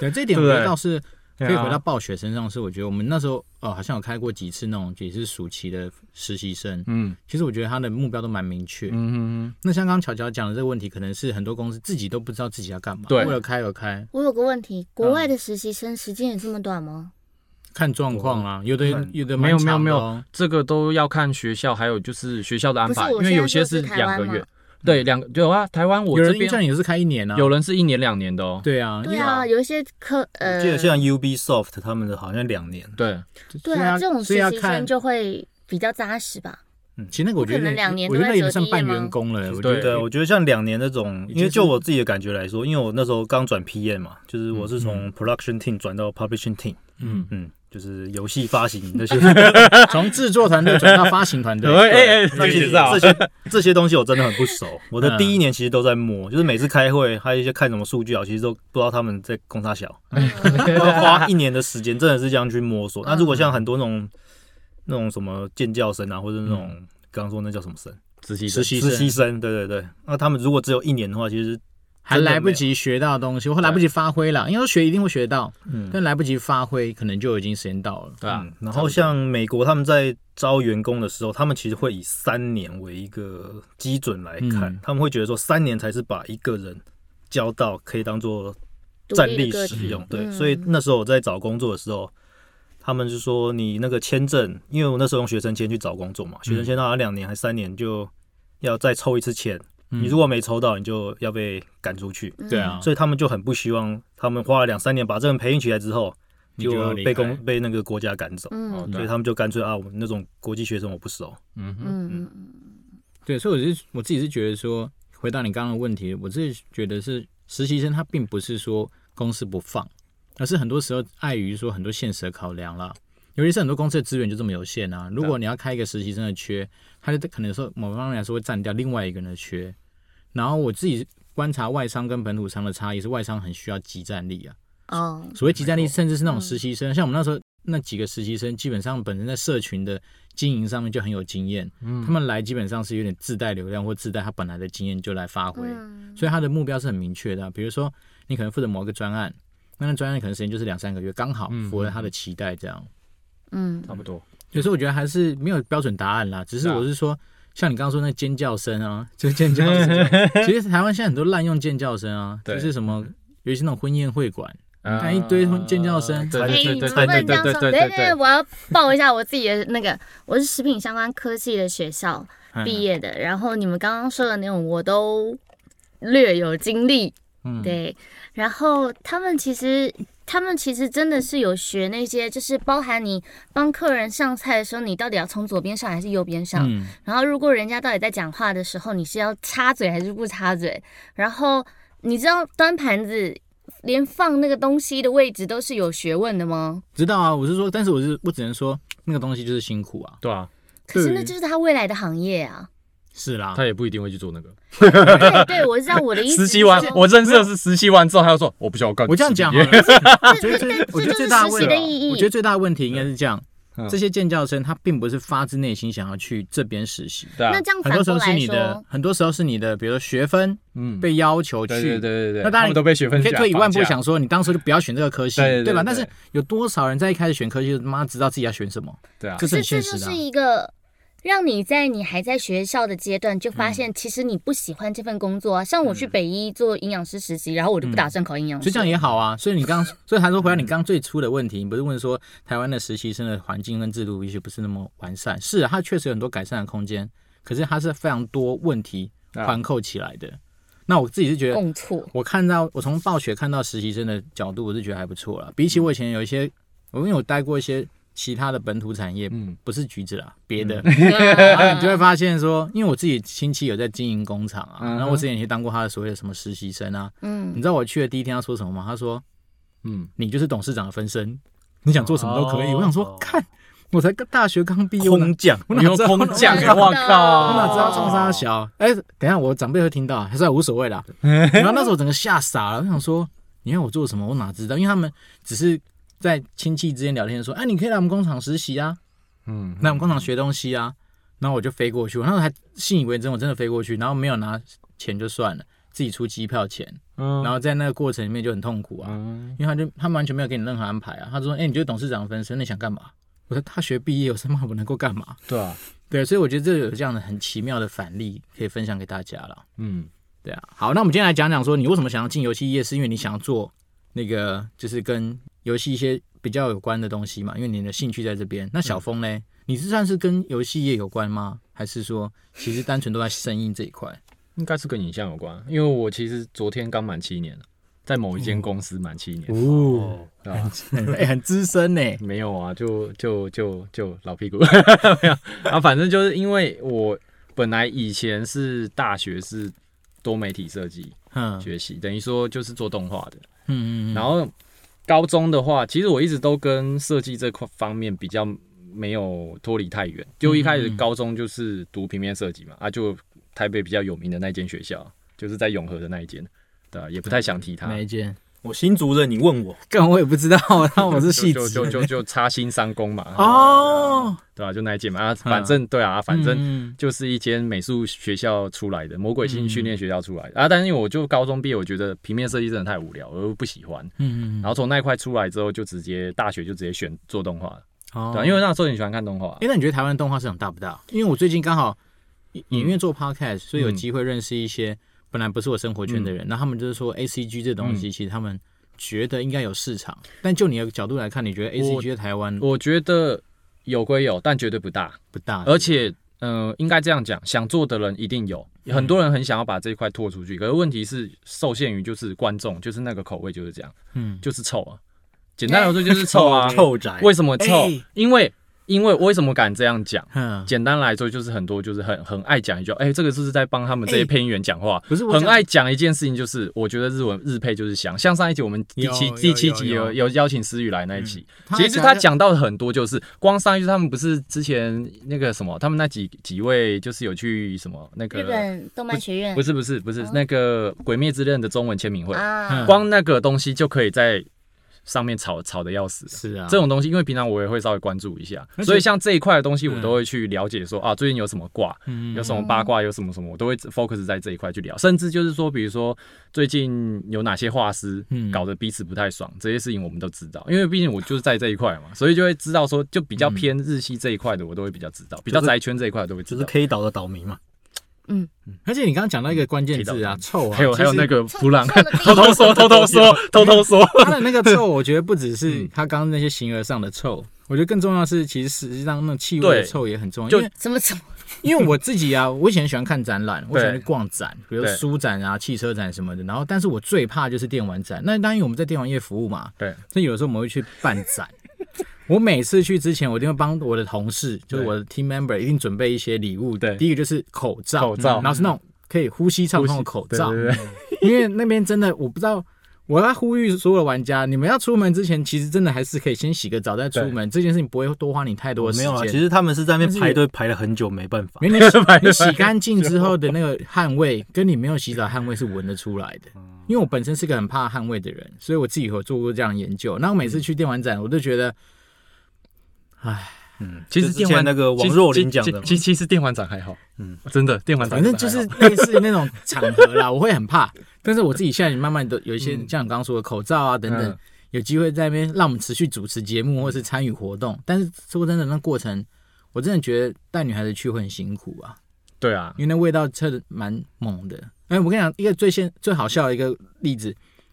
[SPEAKER 1] 对这一点我
[SPEAKER 5] 对
[SPEAKER 1] 觉
[SPEAKER 5] 不对
[SPEAKER 1] 得倒是可
[SPEAKER 5] 对
[SPEAKER 1] 以
[SPEAKER 5] 啊
[SPEAKER 1] 回到暴雪身上，是我觉得我们那时候哦，好像有开过几次那种也是暑期的实习生，
[SPEAKER 5] 嗯
[SPEAKER 1] 其实我觉得他的目标都蛮明确。
[SPEAKER 5] 嗯
[SPEAKER 1] 那像刚刚巧巧讲的这个问题，可能是很多公司自己都不知道自己要干嘛，
[SPEAKER 5] 对
[SPEAKER 1] 为了开而开，
[SPEAKER 4] 我有个问题，国外的实习生时间也这么短吗？
[SPEAKER 1] 看状况啊，有的有的蛮
[SPEAKER 5] 没有没有
[SPEAKER 1] 长的
[SPEAKER 5] 没有
[SPEAKER 1] 哦，
[SPEAKER 5] 这个都要看学校，还有就是学校的安排，
[SPEAKER 4] 不是我
[SPEAKER 5] 因为有些
[SPEAKER 4] 现在说是
[SPEAKER 5] 两个
[SPEAKER 4] 台湾
[SPEAKER 5] 月
[SPEAKER 4] 嘛，
[SPEAKER 5] 对两个有啊，台湾我
[SPEAKER 1] 有
[SPEAKER 5] 这
[SPEAKER 1] 人印
[SPEAKER 5] 边
[SPEAKER 1] 象也是开一年啊，
[SPEAKER 5] 有人是一年两年的哦，
[SPEAKER 1] 对啊，
[SPEAKER 4] 对啊，有一些科
[SPEAKER 2] 我
[SPEAKER 4] 呃，
[SPEAKER 2] 记得像 Ubisoft 他们的好像两年，
[SPEAKER 1] 哎
[SPEAKER 5] 对，
[SPEAKER 4] 对
[SPEAKER 1] 所以要
[SPEAKER 4] 啊，这种
[SPEAKER 1] 所
[SPEAKER 4] 实
[SPEAKER 1] 以要
[SPEAKER 4] 习
[SPEAKER 1] 看
[SPEAKER 4] 生就会比较扎实吧。
[SPEAKER 1] 其实那个我觉得有点
[SPEAKER 4] 不可能两年
[SPEAKER 1] 我觉得那有点像
[SPEAKER 4] 都在
[SPEAKER 1] 半
[SPEAKER 4] 折叠吗
[SPEAKER 1] 员工了，我觉
[SPEAKER 5] 对
[SPEAKER 1] 得嗯
[SPEAKER 2] 对，我觉得像两年那种，
[SPEAKER 1] 已经
[SPEAKER 2] 因为
[SPEAKER 1] 是
[SPEAKER 2] 就我自己的感觉来说，因为我那时候刚转 PM 嘛，就是我是从 production team 转到 publishing team，
[SPEAKER 1] 嗯，
[SPEAKER 2] 嗯，就是游戏发行 那些
[SPEAKER 1] 从制作团队转到发行 团队，
[SPEAKER 5] 哎哎，
[SPEAKER 2] 那些
[SPEAKER 1] 啊
[SPEAKER 2] 这些这些东西我真的很不 熟。我
[SPEAKER 5] 嗯
[SPEAKER 2] 的第一年其实都在摸，就是每次开会还有一些看什么数据啊，其实都不知道他们在攻啥小，要花一年的时间真的是这样去摸索。那如果
[SPEAKER 5] 嗯
[SPEAKER 2] 像很多那种那种什么尖叫声啊，或者那种刚刚说那叫什么声，
[SPEAKER 5] 嗯实习
[SPEAKER 1] 实
[SPEAKER 5] 生
[SPEAKER 1] 习
[SPEAKER 2] 实习
[SPEAKER 1] 生
[SPEAKER 2] 生，对对对，那他们如果只有一年的话，其实
[SPEAKER 1] 还来不及学到的东西，或来不及发挥了，因为说学一定会学到，
[SPEAKER 2] 嗯
[SPEAKER 1] 但来不及发挥，可能就已经时间到了。
[SPEAKER 5] 对啊
[SPEAKER 2] 嗯，然后像美国他们在招员工的时候，他们其实会以三年为一个基准来看，
[SPEAKER 1] 嗯
[SPEAKER 2] 他们会觉得说三年才是把一个人教到可以当做
[SPEAKER 4] 独
[SPEAKER 2] 战
[SPEAKER 4] 立
[SPEAKER 2] 力
[SPEAKER 4] 的个
[SPEAKER 2] 使
[SPEAKER 4] 体
[SPEAKER 2] 用。对，
[SPEAKER 4] 嗯
[SPEAKER 2] 所以那时候我在找工作的时候，他们就说你那个签证，因为我那时候用学生签去找工作嘛，学生签好像两年还三年就要再抽一次签，你如果没抽到，你就要被赶出去。
[SPEAKER 4] 嗯
[SPEAKER 3] 对啊，
[SPEAKER 2] 所以他们就很不希望他们花了两三年把这个人培育起来之后，
[SPEAKER 3] 你就要
[SPEAKER 2] 就
[SPEAKER 3] 离
[SPEAKER 2] 被
[SPEAKER 3] 开
[SPEAKER 2] 公被那个国家赶走，
[SPEAKER 4] 嗯
[SPEAKER 5] 哦
[SPEAKER 4] 嗯
[SPEAKER 5] 对
[SPEAKER 2] 所以他们就干脆啊，我们那种国际学生我不收。
[SPEAKER 5] 嗯哼，
[SPEAKER 4] 嗯嗯，
[SPEAKER 1] 对，所以我是我自己是觉得说，回答你刚刚的问题，我自己觉得是实习生他并不是说公司不放，而是很多时候碍于说很多现实的考量啦。尤其是很多公司的资源就这么有限啊，如果你要开一个实习生的缺，他就可能说某方面来说会占掉另外一个人的缺。然后我自己观察外商跟本土商的差异是，外商很需要集战力啊，
[SPEAKER 4] 哦，
[SPEAKER 1] 所谓集战力，甚至是那种实习生，像我们那时候那几个实习生，基本上本身在社群的经营上面就很有经验，
[SPEAKER 5] 嗯
[SPEAKER 1] 他们来基本上是有点自带流量或自带他本来的经验就来发挥，
[SPEAKER 4] 嗯
[SPEAKER 1] 所以他的目标是很明确的啊、比如说你可能负责某一个专案，那那专案可能时间就是两三个月，刚好
[SPEAKER 5] 嗯
[SPEAKER 1] 符合他的期待这样。
[SPEAKER 4] 嗯
[SPEAKER 5] 差不多。
[SPEAKER 1] 有时候我觉得还是没有标准答案啦，只是
[SPEAKER 5] 对啊
[SPEAKER 1] 我是说，像你刚刚说那尖叫声啊，就是尖叫 声。其实台湾现在很多滥用尖叫声啊，
[SPEAKER 5] 对嗯
[SPEAKER 1] 就是什么，尤其是那种婚宴会馆，
[SPEAKER 5] 啊
[SPEAKER 1] 看一堆尖叫声
[SPEAKER 5] 对
[SPEAKER 4] 哎，
[SPEAKER 5] 对
[SPEAKER 4] 你
[SPEAKER 5] 对
[SPEAKER 4] 们不
[SPEAKER 5] 对对
[SPEAKER 4] 能这样
[SPEAKER 5] 对
[SPEAKER 4] 说。哎对
[SPEAKER 5] 对对
[SPEAKER 4] 对，
[SPEAKER 5] 对，
[SPEAKER 4] 我要报一下我自己的那个，我是食品相关科系的学校
[SPEAKER 5] 嗯
[SPEAKER 4] 毕业的，然后你们刚刚说的那种我都略有经历，
[SPEAKER 1] 嗯，
[SPEAKER 4] 对，然后他们其实。他们其实真的是有学那些，就是包含你帮客人上菜的时候，你到底要从左边上还是右边上？
[SPEAKER 1] 嗯，
[SPEAKER 4] 然后如果人家到底在讲话的时候，你是要插嘴还是不插嘴？然后你知道端盘子连放那个东西的位置都是有学问的吗？
[SPEAKER 1] 知道啊，我是说，但是我是我只能说那个东西就是辛苦啊，
[SPEAKER 5] 对啊，
[SPEAKER 4] 可是那
[SPEAKER 1] 对
[SPEAKER 4] 就是他未来的行 业啊。
[SPEAKER 1] 是啦
[SPEAKER 5] 他，也不一定会去做那个
[SPEAKER 4] 对对，我知道我的意思。
[SPEAKER 5] 实习完，我认识的是实习完之后，他就说我不需要干，
[SPEAKER 1] 我这样讲好
[SPEAKER 5] 直
[SPEAKER 1] 了
[SPEAKER 5] 接，
[SPEAKER 1] 我觉得最我觉得最大的问
[SPEAKER 4] 这就是实习的意
[SPEAKER 1] 题，
[SPEAKER 4] 义
[SPEAKER 1] 我觉得最大的问题应该是这样
[SPEAKER 5] 嗯。
[SPEAKER 1] 这些尖叫声，他并不是发自内心想要去这边实习，
[SPEAKER 5] 对啊
[SPEAKER 4] 那，这样
[SPEAKER 1] 很
[SPEAKER 4] 反
[SPEAKER 1] 多时
[SPEAKER 4] 过
[SPEAKER 1] 候是
[SPEAKER 4] 来
[SPEAKER 1] 你的
[SPEAKER 4] 说，，
[SPEAKER 1] 很多时候是你的，比如说学分
[SPEAKER 5] 嗯，
[SPEAKER 1] 被要求去，
[SPEAKER 5] 对对对对对，
[SPEAKER 1] 那当然
[SPEAKER 5] 他们都被学分
[SPEAKER 1] 你可以
[SPEAKER 5] 夹
[SPEAKER 1] 退一万步
[SPEAKER 5] 绑架
[SPEAKER 1] 想说，你当初就不要选这个科系，
[SPEAKER 5] 对对对
[SPEAKER 1] 吧？
[SPEAKER 5] 对
[SPEAKER 1] 但是有多少人在一开始选科系就他妈知道自己要选什么？
[SPEAKER 5] 对啊
[SPEAKER 1] 这是
[SPEAKER 4] 这
[SPEAKER 1] 很现
[SPEAKER 4] 这就
[SPEAKER 1] 实的
[SPEAKER 4] 是
[SPEAKER 1] 啊。
[SPEAKER 4] 一个让你在你还在学校的阶段就发
[SPEAKER 1] 嗯
[SPEAKER 4] 现，其实你不喜欢这份工作啊。像我去北医做营养师实习，然后我就不
[SPEAKER 1] 嗯
[SPEAKER 4] 打算考营养
[SPEAKER 1] 所
[SPEAKER 4] 师
[SPEAKER 1] 以这。样也好啊。所以你刚， 所以韩说回到你刚最初的问题，你不是问说台湾的实习生的环境跟制度也许不是那么完善？是、啊，它确实有很多改善的空间，可是它是非常多问题
[SPEAKER 5] 啊
[SPEAKER 1] 环扣起来的。那我自己是觉得，
[SPEAKER 4] 共 错，
[SPEAKER 1] 我看到我从暴雪看到实习生的角度，我是觉得还不错了。比起我以前有一些，我因为我待过一些其他的本土产业，
[SPEAKER 5] 嗯
[SPEAKER 1] 不是橘子啦，别的， 然啊后你就会
[SPEAKER 4] 嗯
[SPEAKER 1] 发现说，因为我自己亲戚有在经营工厂啊，
[SPEAKER 5] 嗯哼
[SPEAKER 1] 然后我之前也去当过他的所谓的什么实习生啊。你
[SPEAKER 4] 嗯，
[SPEAKER 1] 知道我去的第一天他说什么吗？他说
[SPEAKER 5] 嗯，
[SPEAKER 1] 你就是董事长的分身，你想做什么都可以。
[SPEAKER 2] 哦
[SPEAKER 1] 我想说，看我才刚大学刚毕业，我哪
[SPEAKER 2] 空降，
[SPEAKER 1] 我
[SPEAKER 5] 你
[SPEAKER 1] 哪
[SPEAKER 5] 用
[SPEAKER 1] 知道
[SPEAKER 5] 空降，
[SPEAKER 4] 真的
[SPEAKER 5] 我
[SPEAKER 1] 我
[SPEAKER 5] 靠，
[SPEAKER 1] 哪 知道冲沙小？哎、等一下我长辈会听到，还是无所谓啦。然后那时候我整个吓傻了，我想说，你让我做什么？我哪知道？因为他们只是在亲戚之间聊天说，哎、你可以来我们工厂实习啊，
[SPEAKER 5] 嗯，
[SPEAKER 1] 来我们工厂学东西啊。然后我就飞过去，我那时候还信以为真，我真的飞过去，然后没有拿钱就算了，自己出机票钱，
[SPEAKER 5] 嗯
[SPEAKER 1] 然后在那个过程里面就很痛苦啊。
[SPEAKER 5] 嗯，
[SPEAKER 1] 因为他就他们完全没有给你任何安排啊。他说：“哎、你觉得董事长分身，那你想干嘛？”我说：“大学毕业，我他妈我能够干嘛
[SPEAKER 5] 对啊，？”
[SPEAKER 1] 对，所以我觉得这有这样的很奇妙的反例可以分享给大家了。
[SPEAKER 5] 嗯，
[SPEAKER 1] 对啊，好，那我们今天来讲讲说，你为什么想要进游戏业，是因为你想要做那个就是跟游戏一些比较有关的东西嘛？因为你的兴趣在这边。那小峰呢？你是算是跟游戏业有关吗？还是说其实单纯都在声音这一块？
[SPEAKER 5] 应该是跟影像有关，因为我其实昨天刚满七年了，在某一间公司满七年，
[SPEAKER 1] 哦，
[SPEAKER 5] 对吧？
[SPEAKER 1] 哎、很资深呢、
[SPEAKER 5] 没有啊，就就就就老屁股， 没有啊，反正就是因为我本来以前是大学是多媒体设计
[SPEAKER 1] 嗯
[SPEAKER 5] 学习，等于说就是做动画的，
[SPEAKER 1] 嗯嗯嗯，
[SPEAKER 5] 然后高中的话，其实我一直都跟设计这块方面比较没有脱离太远。就一开始
[SPEAKER 1] 嗯嗯
[SPEAKER 5] 高中就是读平面设计嘛，啊，就台北比较有名的那间学校，就是在永和的那一间，对、啊，也不太想提它。
[SPEAKER 1] 哪一间？
[SPEAKER 2] 我新族人，你问我，，
[SPEAKER 1] 更我也不知道，啊 那我是戏
[SPEAKER 5] 就
[SPEAKER 1] 子
[SPEAKER 5] 就就就就差新三公嘛，
[SPEAKER 1] 哦，
[SPEAKER 5] 对啊，就那一间嘛，啊，反正对啊，反正
[SPEAKER 1] 嗯
[SPEAKER 5] 就是一间美术学校出来的，魔鬼性训练学校出来的啊。但是因为我就高中毕业，我觉得平面设计真的太无聊，我又不喜欢。
[SPEAKER 1] 嗯嗯，
[SPEAKER 5] 然后从那一块出来之后，就直接大学就直接选做动画了。
[SPEAKER 1] 哦
[SPEAKER 5] 对啊、因为那时候很喜欢看动画啊
[SPEAKER 1] 哎，，那你觉得台湾动画市场大不大？因为我最近刚好也也因为做 podcast，所以有
[SPEAKER 5] 嗯
[SPEAKER 1] 机会认识一些本来不是我生活圈的人，那他们就是说 A C G 这东西，其实他们觉得应该有市场，但就你的角度来看，你觉得 A C
[SPEAKER 5] 我
[SPEAKER 1] G 在台湾
[SPEAKER 5] 我觉得有归有，但绝对不大。
[SPEAKER 1] 不大，
[SPEAKER 5] 而且，呃，应该这样讲，想做的人一定有，
[SPEAKER 1] 嗯
[SPEAKER 5] 很多人很想要把这一块拓出去，可是问题是受限于就是观众，就是那个口味就是这样，
[SPEAKER 1] 嗯，
[SPEAKER 5] 就是臭啊。简单来说就是臭 啊
[SPEAKER 2] 臭宅，
[SPEAKER 5] 为什么臭？
[SPEAKER 1] 哎
[SPEAKER 5] 因为因为为什么敢这样讲？
[SPEAKER 1] 嗯，
[SPEAKER 5] 简单来说就是很多就是很很爱讲一句，哎、这个是不是在帮他们
[SPEAKER 1] 哎
[SPEAKER 5] 这些配音员讲话？
[SPEAKER 1] 不是我
[SPEAKER 5] 很
[SPEAKER 1] 想
[SPEAKER 5] 爱讲一件事情，就是我觉得日文日配就是香，像上一集我们第七
[SPEAKER 1] 有
[SPEAKER 5] 第七
[SPEAKER 1] 有
[SPEAKER 5] 集
[SPEAKER 1] 有嗯
[SPEAKER 5] 有有邀请思雨来那一集，
[SPEAKER 1] 他
[SPEAKER 5] 其实他讲到很多，就是光上一集他们不是之前那个什么，他们那几几位就是有去什么那
[SPEAKER 4] 日
[SPEAKER 5] 个，
[SPEAKER 4] 本动漫学院
[SPEAKER 5] 不是不是不是、
[SPEAKER 4] 哦
[SPEAKER 5] 那个《鬼灭之刃》的中文签名会，
[SPEAKER 1] 嗯
[SPEAKER 4] 啊，
[SPEAKER 5] 光那个东西就可以在上面吵吵的要死。
[SPEAKER 1] 是啊，
[SPEAKER 5] 这种东西，因为平常我也会稍微关注一下，
[SPEAKER 1] 而且
[SPEAKER 5] 所以像这一块的东西，我都会去了解说、啊，最近有什么挂，
[SPEAKER 1] 嗯
[SPEAKER 5] 有什么八卦，有什么什么，我都会 focus 在这一块去聊，甚至就是说，比如说最近有哪些画师
[SPEAKER 1] 嗯
[SPEAKER 5] 搞得彼此不太爽，这些事情我们都知道，因为毕竟我就是在这一块嘛，所以就会知道说，就比较偏日系这一块的，我都会比较知道，比较宅圈这一块我都会知
[SPEAKER 2] 就
[SPEAKER 5] 道
[SPEAKER 2] 是。K 岛的岛民嘛，
[SPEAKER 1] 而且你刚刚讲到一个关键字啊，臭啊，
[SPEAKER 5] 还有还有那
[SPEAKER 1] 个
[SPEAKER 5] 个
[SPEAKER 4] 臭
[SPEAKER 5] 普朗，
[SPEAKER 4] 臭的地
[SPEAKER 5] 偷偷说偷 偷说偷偷说，
[SPEAKER 1] 他的那个臭，我觉得不只是他刚刚那些形而上的臭，我觉得更重要的是，其实实际上那种气味的
[SPEAKER 5] 对
[SPEAKER 1] 臭也很重要，
[SPEAKER 5] 就
[SPEAKER 1] 因为
[SPEAKER 4] 怎么怎么
[SPEAKER 1] 因为我自己啊，我以前很喜欢看展览，我喜欢去
[SPEAKER 5] 对
[SPEAKER 1] 逛展，比如
[SPEAKER 5] 对
[SPEAKER 1] 书展啊、汽车展什么的。然后，但是我最怕就是电玩展。那当然，我们在电玩业服务嘛，
[SPEAKER 5] 对，
[SPEAKER 1] 所以有时候我们会去办 展。我每次去之前，我一定会帮我的同事，就是我的 team member，一定准备一些礼物。
[SPEAKER 5] 对
[SPEAKER 1] 第一个就是口罩，
[SPEAKER 5] 口罩
[SPEAKER 1] 嗯然后是那种可以呼吸畅通的口罩，嗯
[SPEAKER 5] 对对对，
[SPEAKER 1] 因为那边真的我不知道。我要呼吁所有的玩家，你们要出门之前，其实真的还是可以先洗个澡再出门，这件事情不会多花你太多的时
[SPEAKER 2] 没
[SPEAKER 1] 间。
[SPEAKER 2] 有啊，其实他们是在那
[SPEAKER 1] 但是
[SPEAKER 2] 边排队排了很久，没办法，
[SPEAKER 1] 因为你洗你洗干净之后的那个汗味，跟你没有洗澡汗味是闻得出来的。因为我本身是个很怕汗味的人，所以我自己有做过这样的研究。那我每次去电玩展，我都觉得，
[SPEAKER 2] 嗯，
[SPEAKER 5] 其实
[SPEAKER 2] 就之
[SPEAKER 5] 电
[SPEAKER 2] 前
[SPEAKER 5] 玩
[SPEAKER 2] 那个王若琳讲的嘛，
[SPEAKER 5] 其其其实电玩展还好，嗯，真的电玩展
[SPEAKER 1] 反正就是类似那种场合啦，我会很怕。但是我自己现在慢慢的有一些像你刚刚说的口罩啊等等
[SPEAKER 5] 嗯，
[SPEAKER 1] 有机会在那边让我们持续主持节目或是参与活动。但是说真的，那过程我真的觉得带女孩子去会很辛苦啊。
[SPEAKER 5] 对啊，
[SPEAKER 1] 因为那味道真的蛮猛的。哎、我跟你讲，一个最先最好笑的一个例子，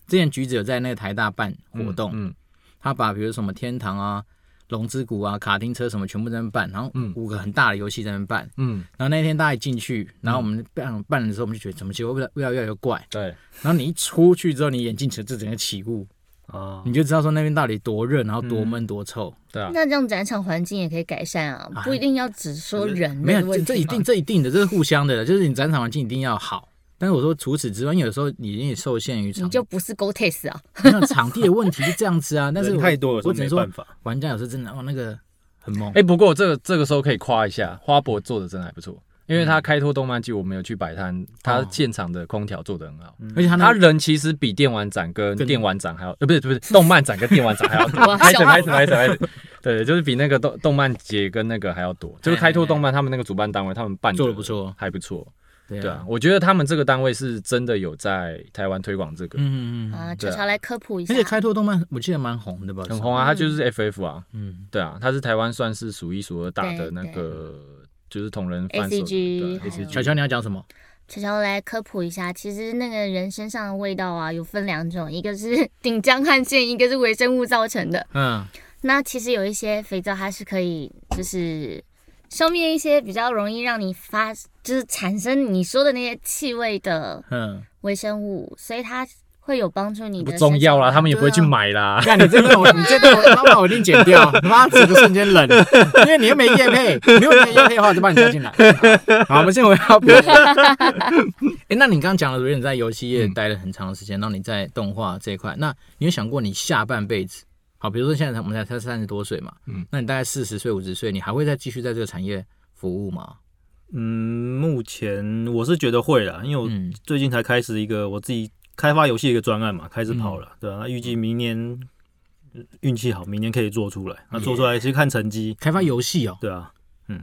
[SPEAKER 1] 之前橘子有在那个台大办活动，
[SPEAKER 5] 嗯，嗯
[SPEAKER 1] 他把比如什么天堂啊、龙之谷啊、卡丁车什么全部在那边办，然后
[SPEAKER 5] 嗯
[SPEAKER 1] 五个很大的游戏在那边办。
[SPEAKER 5] 嗯，
[SPEAKER 1] 然后那天大家一进去，然后我们办、办的时候，我们就觉得怎么结果味道味道越来越怪。
[SPEAKER 5] 对，
[SPEAKER 1] 然后你一出去之后，你眼镜就整个起雾，
[SPEAKER 2] 啊，
[SPEAKER 1] 你就知道说那边到底多热，然后多闷多臭。
[SPEAKER 5] 对啊，
[SPEAKER 4] 那这种展场环境也可以改善啊，不一定要只说人
[SPEAKER 1] 没有，
[SPEAKER 4] 的问
[SPEAKER 1] 这
[SPEAKER 4] 题
[SPEAKER 1] 这一
[SPEAKER 4] 嘛
[SPEAKER 1] 定，这一定的，这是互相的，就是你展场环境一定要好。但是我说，除此之外，因为有时候你也受限于场
[SPEAKER 4] 你就不是 Go Taste 啊，
[SPEAKER 1] 没有场地的问题是这样子啊，但是
[SPEAKER 2] 人
[SPEAKER 1] 我
[SPEAKER 2] 太多了，
[SPEAKER 1] 我
[SPEAKER 2] 所以
[SPEAKER 1] 只能
[SPEAKER 2] 没
[SPEAKER 1] 说
[SPEAKER 2] 办法。
[SPEAKER 1] 玩家有时候真的哦，那个很猛
[SPEAKER 5] 哎、。不过这个这个时候可以夸一下，花博做的真的还不错，因为他开拓动漫季，我们有去摆
[SPEAKER 1] 嗯
[SPEAKER 5] 摊，他现场的空调做的很好。
[SPEAKER 1] 而且他
[SPEAKER 5] 他
[SPEAKER 1] 那
[SPEAKER 5] 人其实比电玩展跟
[SPEAKER 1] 更
[SPEAKER 5] 电玩展还要，呃，不是不是，动漫展跟电玩 展还要
[SPEAKER 4] 我
[SPEAKER 5] 多，
[SPEAKER 1] 啊
[SPEAKER 4] 要
[SPEAKER 5] 哎拍手
[SPEAKER 4] 笑
[SPEAKER 5] 拍手拍手拍手，对，就是比那个动动漫节跟那个还要多，就是开拓动漫他们那个主办单位，他们办
[SPEAKER 1] 哎做得不错
[SPEAKER 5] 还不错，
[SPEAKER 1] 对
[SPEAKER 5] 对啊，，我觉得他们这个单位是真的有在台湾推广这个，
[SPEAKER 1] 嗯嗯嗯，
[SPEAKER 4] 啊，
[SPEAKER 5] 对
[SPEAKER 4] 悄
[SPEAKER 5] 啊
[SPEAKER 4] 悄来科普一下
[SPEAKER 1] 而且，开拓动漫我记得蛮红的吧，
[SPEAKER 5] 很红啊，他
[SPEAKER 4] 嗯
[SPEAKER 5] 就是 FF 啊，
[SPEAKER 1] 嗯，
[SPEAKER 5] 对啊，他是台湾算是数一数二大
[SPEAKER 4] 对
[SPEAKER 5] 的那个，就是同人贩售
[SPEAKER 4] ACG
[SPEAKER 5] 对啊 ACG
[SPEAKER 1] 巧巧你要讲什么？
[SPEAKER 4] 悄悄来科普一下，其实那个人身上的味道啊，有分两种，一个是 顶浆汗腺，一个是微生物造成的。
[SPEAKER 1] 嗯，
[SPEAKER 4] 那其实有一些肥皂，它是可以就是消灭一些比较容易让你发，就是产生你说的那些气味的
[SPEAKER 1] 嗯，
[SPEAKER 4] 微生物，所以它会有帮助你
[SPEAKER 5] 不
[SPEAKER 4] 的。
[SPEAKER 5] 重要啦，他们也不会去
[SPEAKER 1] 对啊
[SPEAKER 5] 买啦。
[SPEAKER 1] 看你这个我，你这个我，妈妈我一定剪掉，妈整个瞬间冷， 因为你又没夜配，你又没夜配的话，我就把你加进来。 好，我们先回到别的。哎，那你刚刚讲了，如果你在游戏业待了很长的时间，那你在动画这一块，那你有想过你下半辈子？好，比如说现在我们才才三十多岁嘛，嗯
[SPEAKER 5] 嗯，
[SPEAKER 1] 那你大概四十岁、五十岁，你还会再继续在这个产业服务吗？
[SPEAKER 2] 嗯，目前我是觉得会啦，因为我
[SPEAKER 1] 嗯
[SPEAKER 2] 最近才开始一个我自己开发游戏的一个专案嘛，开始跑
[SPEAKER 5] 嗯
[SPEAKER 2] 了，对啊，那预计明年呃运气好，明年可以做出来。那做出来其实看成绩，
[SPEAKER 1] 开发游戏哦，
[SPEAKER 2] 对啊，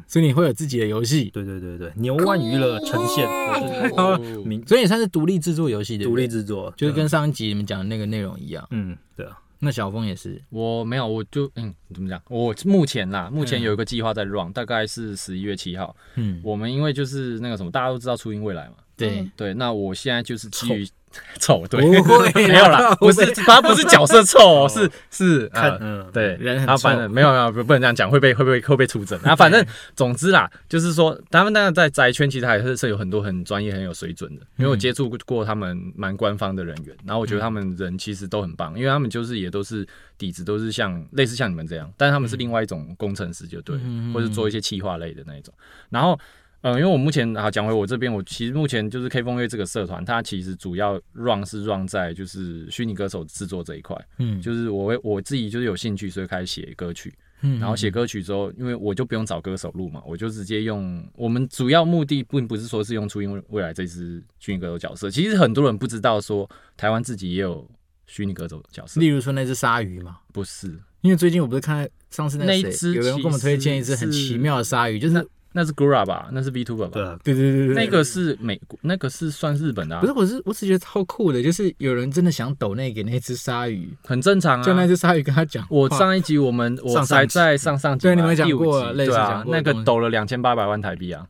[SPEAKER 1] 所以你会有自己的游戏，
[SPEAKER 2] 对对对对，牛万娱乐呈现，对
[SPEAKER 4] 嗯
[SPEAKER 2] 对
[SPEAKER 5] 哦
[SPEAKER 2] 对明
[SPEAKER 1] 所以也算是独立制作游戏的
[SPEAKER 2] 独立，制作，
[SPEAKER 1] 就是
[SPEAKER 2] 对啊
[SPEAKER 1] 跟上一集你们讲的那个内容一样。
[SPEAKER 2] 嗯，对啊，
[SPEAKER 1] 那小峰也是，
[SPEAKER 5] 我没有，我就嗯，怎么讲？我目前啦，目前
[SPEAKER 1] 嗯
[SPEAKER 5] 有一个计划在 run，大概是十一月七号。
[SPEAKER 1] 嗯，
[SPEAKER 5] 我们因为就是那个什么，大家都知道初音未来嘛，
[SPEAKER 1] 对，
[SPEAKER 4] 嗯
[SPEAKER 5] 对，那我现在就是基于 臭，对，
[SPEAKER 1] 不会啦
[SPEAKER 5] 没有啦，不是他不是角色臭哦，是是
[SPEAKER 2] 看
[SPEAKER 5] 呃
[SPEAKER 2] 嗯
[SPEAKER 5] 对，
[SPEAKER 1] 人很
[SPEAKER 5] 啊，反正
[SPEAKER 1] 臭
[SPEAKER 5] 没有没有，不不能这样讲，会被会被会被出征啊。反正总之啦，就是说他们那个在宅圈其实还是是有很多很专业很有水准的，
[SPEAKER 1] 嗯
[SPEAKER 5] 因为我接触过他们蛮官方的人员，然后我觉得他们人其实都很棒，因为他们就是也都是底子都是像类似像你们这样，但是他们是另外一种工程师就对
[SPEAKER 1] 嗯
[SPEAKER 5] 了，
[SPEAKER 1] 嗯嗯嗯
[SPEAKER 5] 或是做一些企划类的那一种，然后。嗯，因为我目前好讲回我这边，我其实目前就是 K 风月这个社团，它其实主要 run 是 run 在就是虚拟歌手制作这一块，
[SPEAKER 1] 嗯，
[SPEAKER 5] 就是我会我自己就是有兴趣，所以开始写歌曲。
[SPEAKER 1] 嗯
[SPEAKER 5] 然后写歌曲之后，因为我就不用找歌手录嘛，我就直接用我们主要目的并不是说是用初音未来这支虚拟歌手角色，其实很多人不知道说台湾自己也有虚拟歌手角色
[SPEAKER 1] 例，如说那只鲨鱼嘛，
[SPEAKER 5] 不是
[SPEAKER 1] 因为最近我不是看上次那个
[SPEAKER 5] 那一
[SPEAKER 1] 谁
[SPEAKER 5] 只
[SPEAKER 1] 有人
[SPEAKER 5] 其
[SPEAKER 1] 给我们推荐一只
[SPEAKER 5] 实
[SPEAKER 1] 很奇
[SPEAKER 5] 是
[SPEAKER 1] 妙的鲨鱼，就是
[SPEAKER 5] 那是 Gura 吧，那是 VTuber
[SPEAKER 2] 对
[SPEAKER 5] 吧，
[SPEAKER 2] 啊，
[SPEAKER 1] 对对对对，对
[SPEAKER 5] 那个是美国，那个是算日本的、啊
[SPEAKER 1] 不是，，我是我只觉得超酷的，就是有人真的想抖内给那只鲨鱼，
[SPEAKER 5] 很正常啊。
[SPEAKER 1] 叫那只鲨鱼跟他讲话。
[SPEAKER 5] 我上一集我们我
[SPEAKER 1] 上上
[SPEAKER 5] 才
[SPEAKER 1] 集
[SPEAKER 5] 在上上集吧，
[SPEAKER 1] 对你们讲
[SPEAKER 5] 第五
[SPEAKER 1] 过
[SPEAKER 5] 集
[SPEAKER 1] 了类似
[SPEAKER 5] 对
[SPEAKER 1] 讲
[SPEAKER 5] 啊，
[SPEAKER 1] 过的
[SPEAKER 5] 那个
[SPEAKER 1] 东西
[SPEAKER 5] 抖了两千八百万台币啊，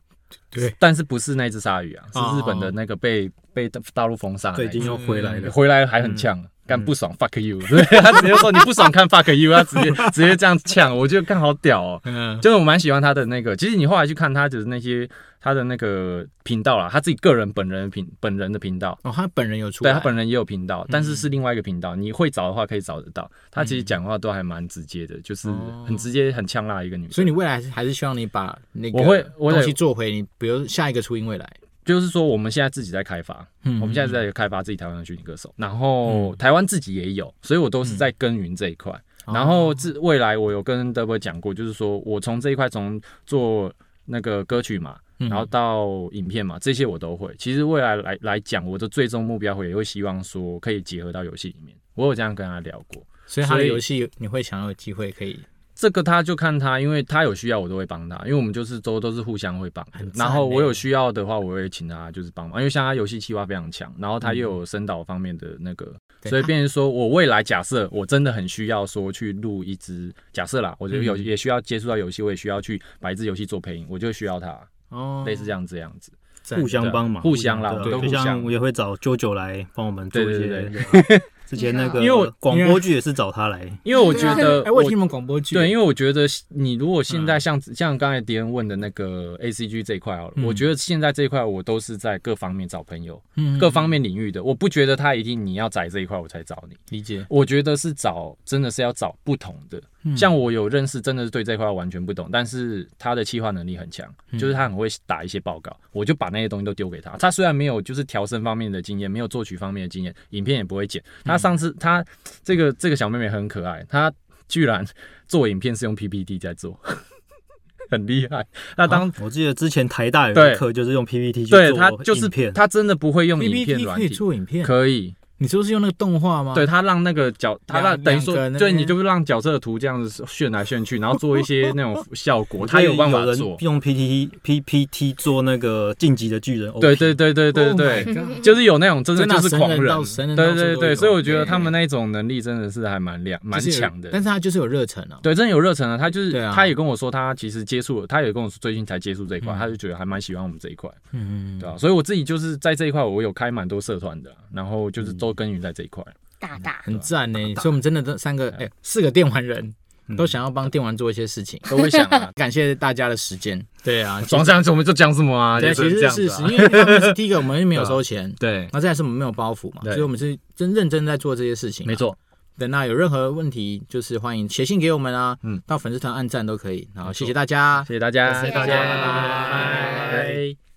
[SPEAKER 1] 对，
[SPEAKER 5] 但是不是那只鲨鱼啊，是
[SPEAKER 1] 哦
[SPEAKER 5] 日本的那个被被大陆封杀的
[SPEAKER 2] 对，
[SPEAKER 5] 那
[SPEAKER 2] 已
[SPEAKER 5] 一只，
[SPEAKER 2] 经又回来了。
[SPEAKER 5] 回来还很
[SPEAKER 1] 嗯
[SPEAKER 5] 呛。干不爽，fuck you！对他直接说你不爽看 fuck you，他直 接直接这样呛，我觉得干好屌哦。
[SPEAKER 1] 嗯，
[SPEAKER 5] 就是我蛮喜欢他的那个，其实你后来去看他的那些他的那个频道啦，他自己个人本人的频本人的频道，
[SPEAKER 1] 哦，他本人有出
[SPEAKER 5] 对
[SPEAKER 1] 来，
[SPEAKER 5] 他本人也有频道，
[SPEAKER 1] 嗯
[SPEAKER 5] 但是是另外一个频道，你会找的话可以找得到。他其实讲话都还蛮直接的，就是很直接、很呛辣的一个女生。
[SPEAKER 1] 哦所以你未来还是还是希望你把那个
[SPEAKER 5] 我会我得
[SPEAKER 1] 东西做回你，比如下一个初音未来，
[SPEAKER 5] 就是说，我们现在自己在开发，
[SPEAKER 1] 嗯
[SPEAKER 5] 我们现在在开发自己台湾的虚拟歌手，然后台湾自己也有，所以我
[SPEAKER 1] 嗯
[SPEAKER 5] 都是在耕耘这一块。
[SPEAKER 1] 哦
[SPEAKER 5] 然后自未来我有跟德伯讲过，就是说我从这一块从做那个歌曲嘛，
[SPEAKER 1] 嗯
[SPEAKER 5] 然后到影片嘛，这些我都会。其实未来来来讲，我的最终目标会也会希望说可以结合到游戏里面。我有这样跟他聊过，
[SPEAKER 1] 所以他的
[SPEAKER 5] 所以
[SPEAKER 1] 游戏你会想要有机会可以，
[SPEAKER 5] 这个他就看他，因为他有需要我都会帮他，因为我们就是都都是互相会帮的
[SPEAKER 1] 很。赞
[SPEAKER 5] 然后我
[SPEAKER 1] 欸
[SPEAKER 5] 有需要的话，我会请他就是帮忙，因为像他游戏企划非常强，然后他又有声导方面的那个，
[SPEAKER 1] 对啊
[SPEAKER 5] 所以
[SPEAKER 1] 他
[SPEAKER 5] 变成说我未来假设我真的很需要说去录一支假设啦，我觉得有
[SPEAKER 1] 嗯
[SPEAKER 5] 也需要接触到游戏，我也需要去把一支游戏做配音，我就需要他，
[SPEAKER 1] 哦，
[SPEAKER 5] 类似这样这样子。
[SPEAKER 1] 赞
[SPEAKER 2] 互相帮忙，
[SPEAKER 5] 嗯互相啦
[SPEAKER 2] 对啊
[SPEAKER 5] 我们都
[SPEAKER 2] 就
[SPEAKER 5] 互
[SPEAKER 2] 像
[SPEAKER 5] 相
[SPEAKER 2] 我也会找啾啾来帮我们做一些。
[SPEAKER 5] 对对对
[SPEAKER 2] 对啊之前那个，
[SPEAKER 5] 因为我
[SPEAKER 2] 广播剧也是找他来，
[SPEAKER 5] 因为我
[SPEAKER 1] 对
[SPEAKER 5] 觉
[SPEAKER 1] 啊
[SPEAKER 5] 得
[SPEAKER 1] 哎，我有听你们广播剧，
[SPEAKER 5] 对，因为我觉得你如果现在像、像刚才敌人问的那个 A C G 这一块好了，
[SPEAKER 1] 嗯
[SPEAKER 5] 我觉得现在这一块我都是在各方面找朋友，
[SPEAKER 2] 嗯
[SPEAKER 1] 为
[SPEAKER 5] 各方面领域的，我不觉得他一定你要宅这一块我才找你，
[SPEAKER 1] 理解，
[SPEAKER 5] 我觉得是找真的是要找不同的。
[SPEAKER 1] 嗯
[SPEAKER 5] 像我有认识，真的是对这块完全不懂，但是他的企划能力很强，
[SPEAKER 2] 嗯
[SPEAKER 5] 就是他很会打一些报告，我就把那些东西都丢给他。他虽然没有就是调声方面的经验，没有作曲方面的经验，影片也不会剪。
[SPEAKER 2] 嗯
[SPEAKER 5] 他上次他这个这个小妹妹很可爱，她居然做影片是用 PPT 在做， 很厉害。那当
[SPEAKER 2] 啊我记得之前台大有
[SPEAKER 5] 对
[SPEAKER 2] 一课就是用 PPT 去
[SPEAKER 5] 对
[SPEAKER 2] 做
[SPEAKER 5] 他就是
[SPEAKER 2] 影片，
[SPEAKER 5] 他真的不会用影片
[SPEAKER 1] PPT
[SPEAKER 5] 软
[SPEAKER 1] 可
[SPEAKER 5] 体
[SPEAKER 1] 以，做影片，
[SPEAKER 5] 可以。
[SPEAKER 1] 你说是用那个动画吗？
[SPEAKER 5] 对，他让那个角，他
[SPEAKER 1] 两
[SPEAKER 5] 让等于
[SPEAKER 1] 两个
[SPEAKER 5] 说，
[SPEAKER 1] 那
[SPEAKER 5] 对
[SPEAKER 1] 边
[SPEAKER 5] 你就是让角色的图这样子炫来炫去，然后做一些那种 效果，
[SPEAKER 2] 我
[SPEAKER 5] 他
[SPEAKER 2] 记得
[SPEAKER 5] 有办法
[SPEAKER 2] 人
[SPEAKER 5] 做。
[SPEAKER 2] 用 PPT PPT 做那个晋级的巨人 OP，
[SPEAKER 5] 对对对对对
[SPEAKER 1] Oh
[SPEAKER 5] 对
[SPEAKER 1] my god
[SPEAKER 5] 就是有那种真的
[SPEAKER 1] 真的啊
[SPEAKER 5] 就是
[SPEAKER 1] 神
[SPEAKER 5] 狂
[SPEAKER 1] 人到神人到
[SPEAKER 5] 对
[SPEAKER 1] 处
[SPEAKER 5] 对
[SPEAKER 1] 都
[SPEAKER 5] 对，
[SPEAKER 1] 有
[SPEAKER 5] 所以我觉得
[SPEAKER 1] 对
[SPEAKER 5] 他们那一种能力真的是还蛮亮蛮
[SPEAKER 1] 就是有
[SPEAKER 5] 强的。
[SPEAKER 1] 但是他就是有热忱啊，
[SPEAKER 5] 对，真的有热忱啊！他就是，
[SPEAKER 1] 对啊
[SPEAKER 5] 他也跟我说，他其实接触了，他也跟我说最近才接触这一块，
[SPEAKER 1] 嗯
[SPEAKER 5] 他就觉得还蛮喜欢我们这一块，
[SPEAKER 1] 嗯，
[SPEAKER 5] 对啊，所以我自己就是在这一块，我有开蛮多社团的啊，然后
[SPEAKER 1] 嗯
[SPEAKER 5] 就是都耕耘在这一块。
[SPEAKER 4] 大大，
[SPEAKER 5] 啊
[SPEAKER 1] 很赞呢，所以我们真的这三个哎四个电玩人
[SPEAKER 5] 嗯
[SPEAKER 1] 都想要帮电玩做一些事情，，
[SPEAKER 5] 都会想啊
[SPEAKER 1] 感谢大家的时间，对啊，
[SPEAKER 5] 装这样子我们就讲什么啊？
[SPEAKER 1] 对，
[SPEAKER 5] 就
[SPEAKER 1] 其
[SPEAKER 5] 是
[SPEAKER 1] 实
[SPEAKER 5] 这样
[SPEAKER 1] 是
[SPEAKER 5] 子
[SPEAKER 1] 是
[SPEAKER 5] 啊，，
[SPEAKER 1] 因为他们是第一个，我们又没有收钱
[SPEAKER 5] 对，啊
[SPEAKER 1] 那再来是我们没有包袱嘛，
[SPEAKER 5] 对
[SPEAKER 1] 所以我们是真认真在做这些事情、啊
[SPEAKER 5] 没。错。
[SPEAKER 1] 对，那有任何问题就是欢迎写信给我们啊，
[SPEAKER 5] 嗯
[SPEAKER 1] 到粉丝团按赞都可以。然后谢
[SPEAKER 5] 没错
[SPEAKER 1] 谢大家，
[SPEAKER 5] 谢谢大家，
[SPEAKER 4] 谢谢大家
[SPEAKER 5] 拜拜。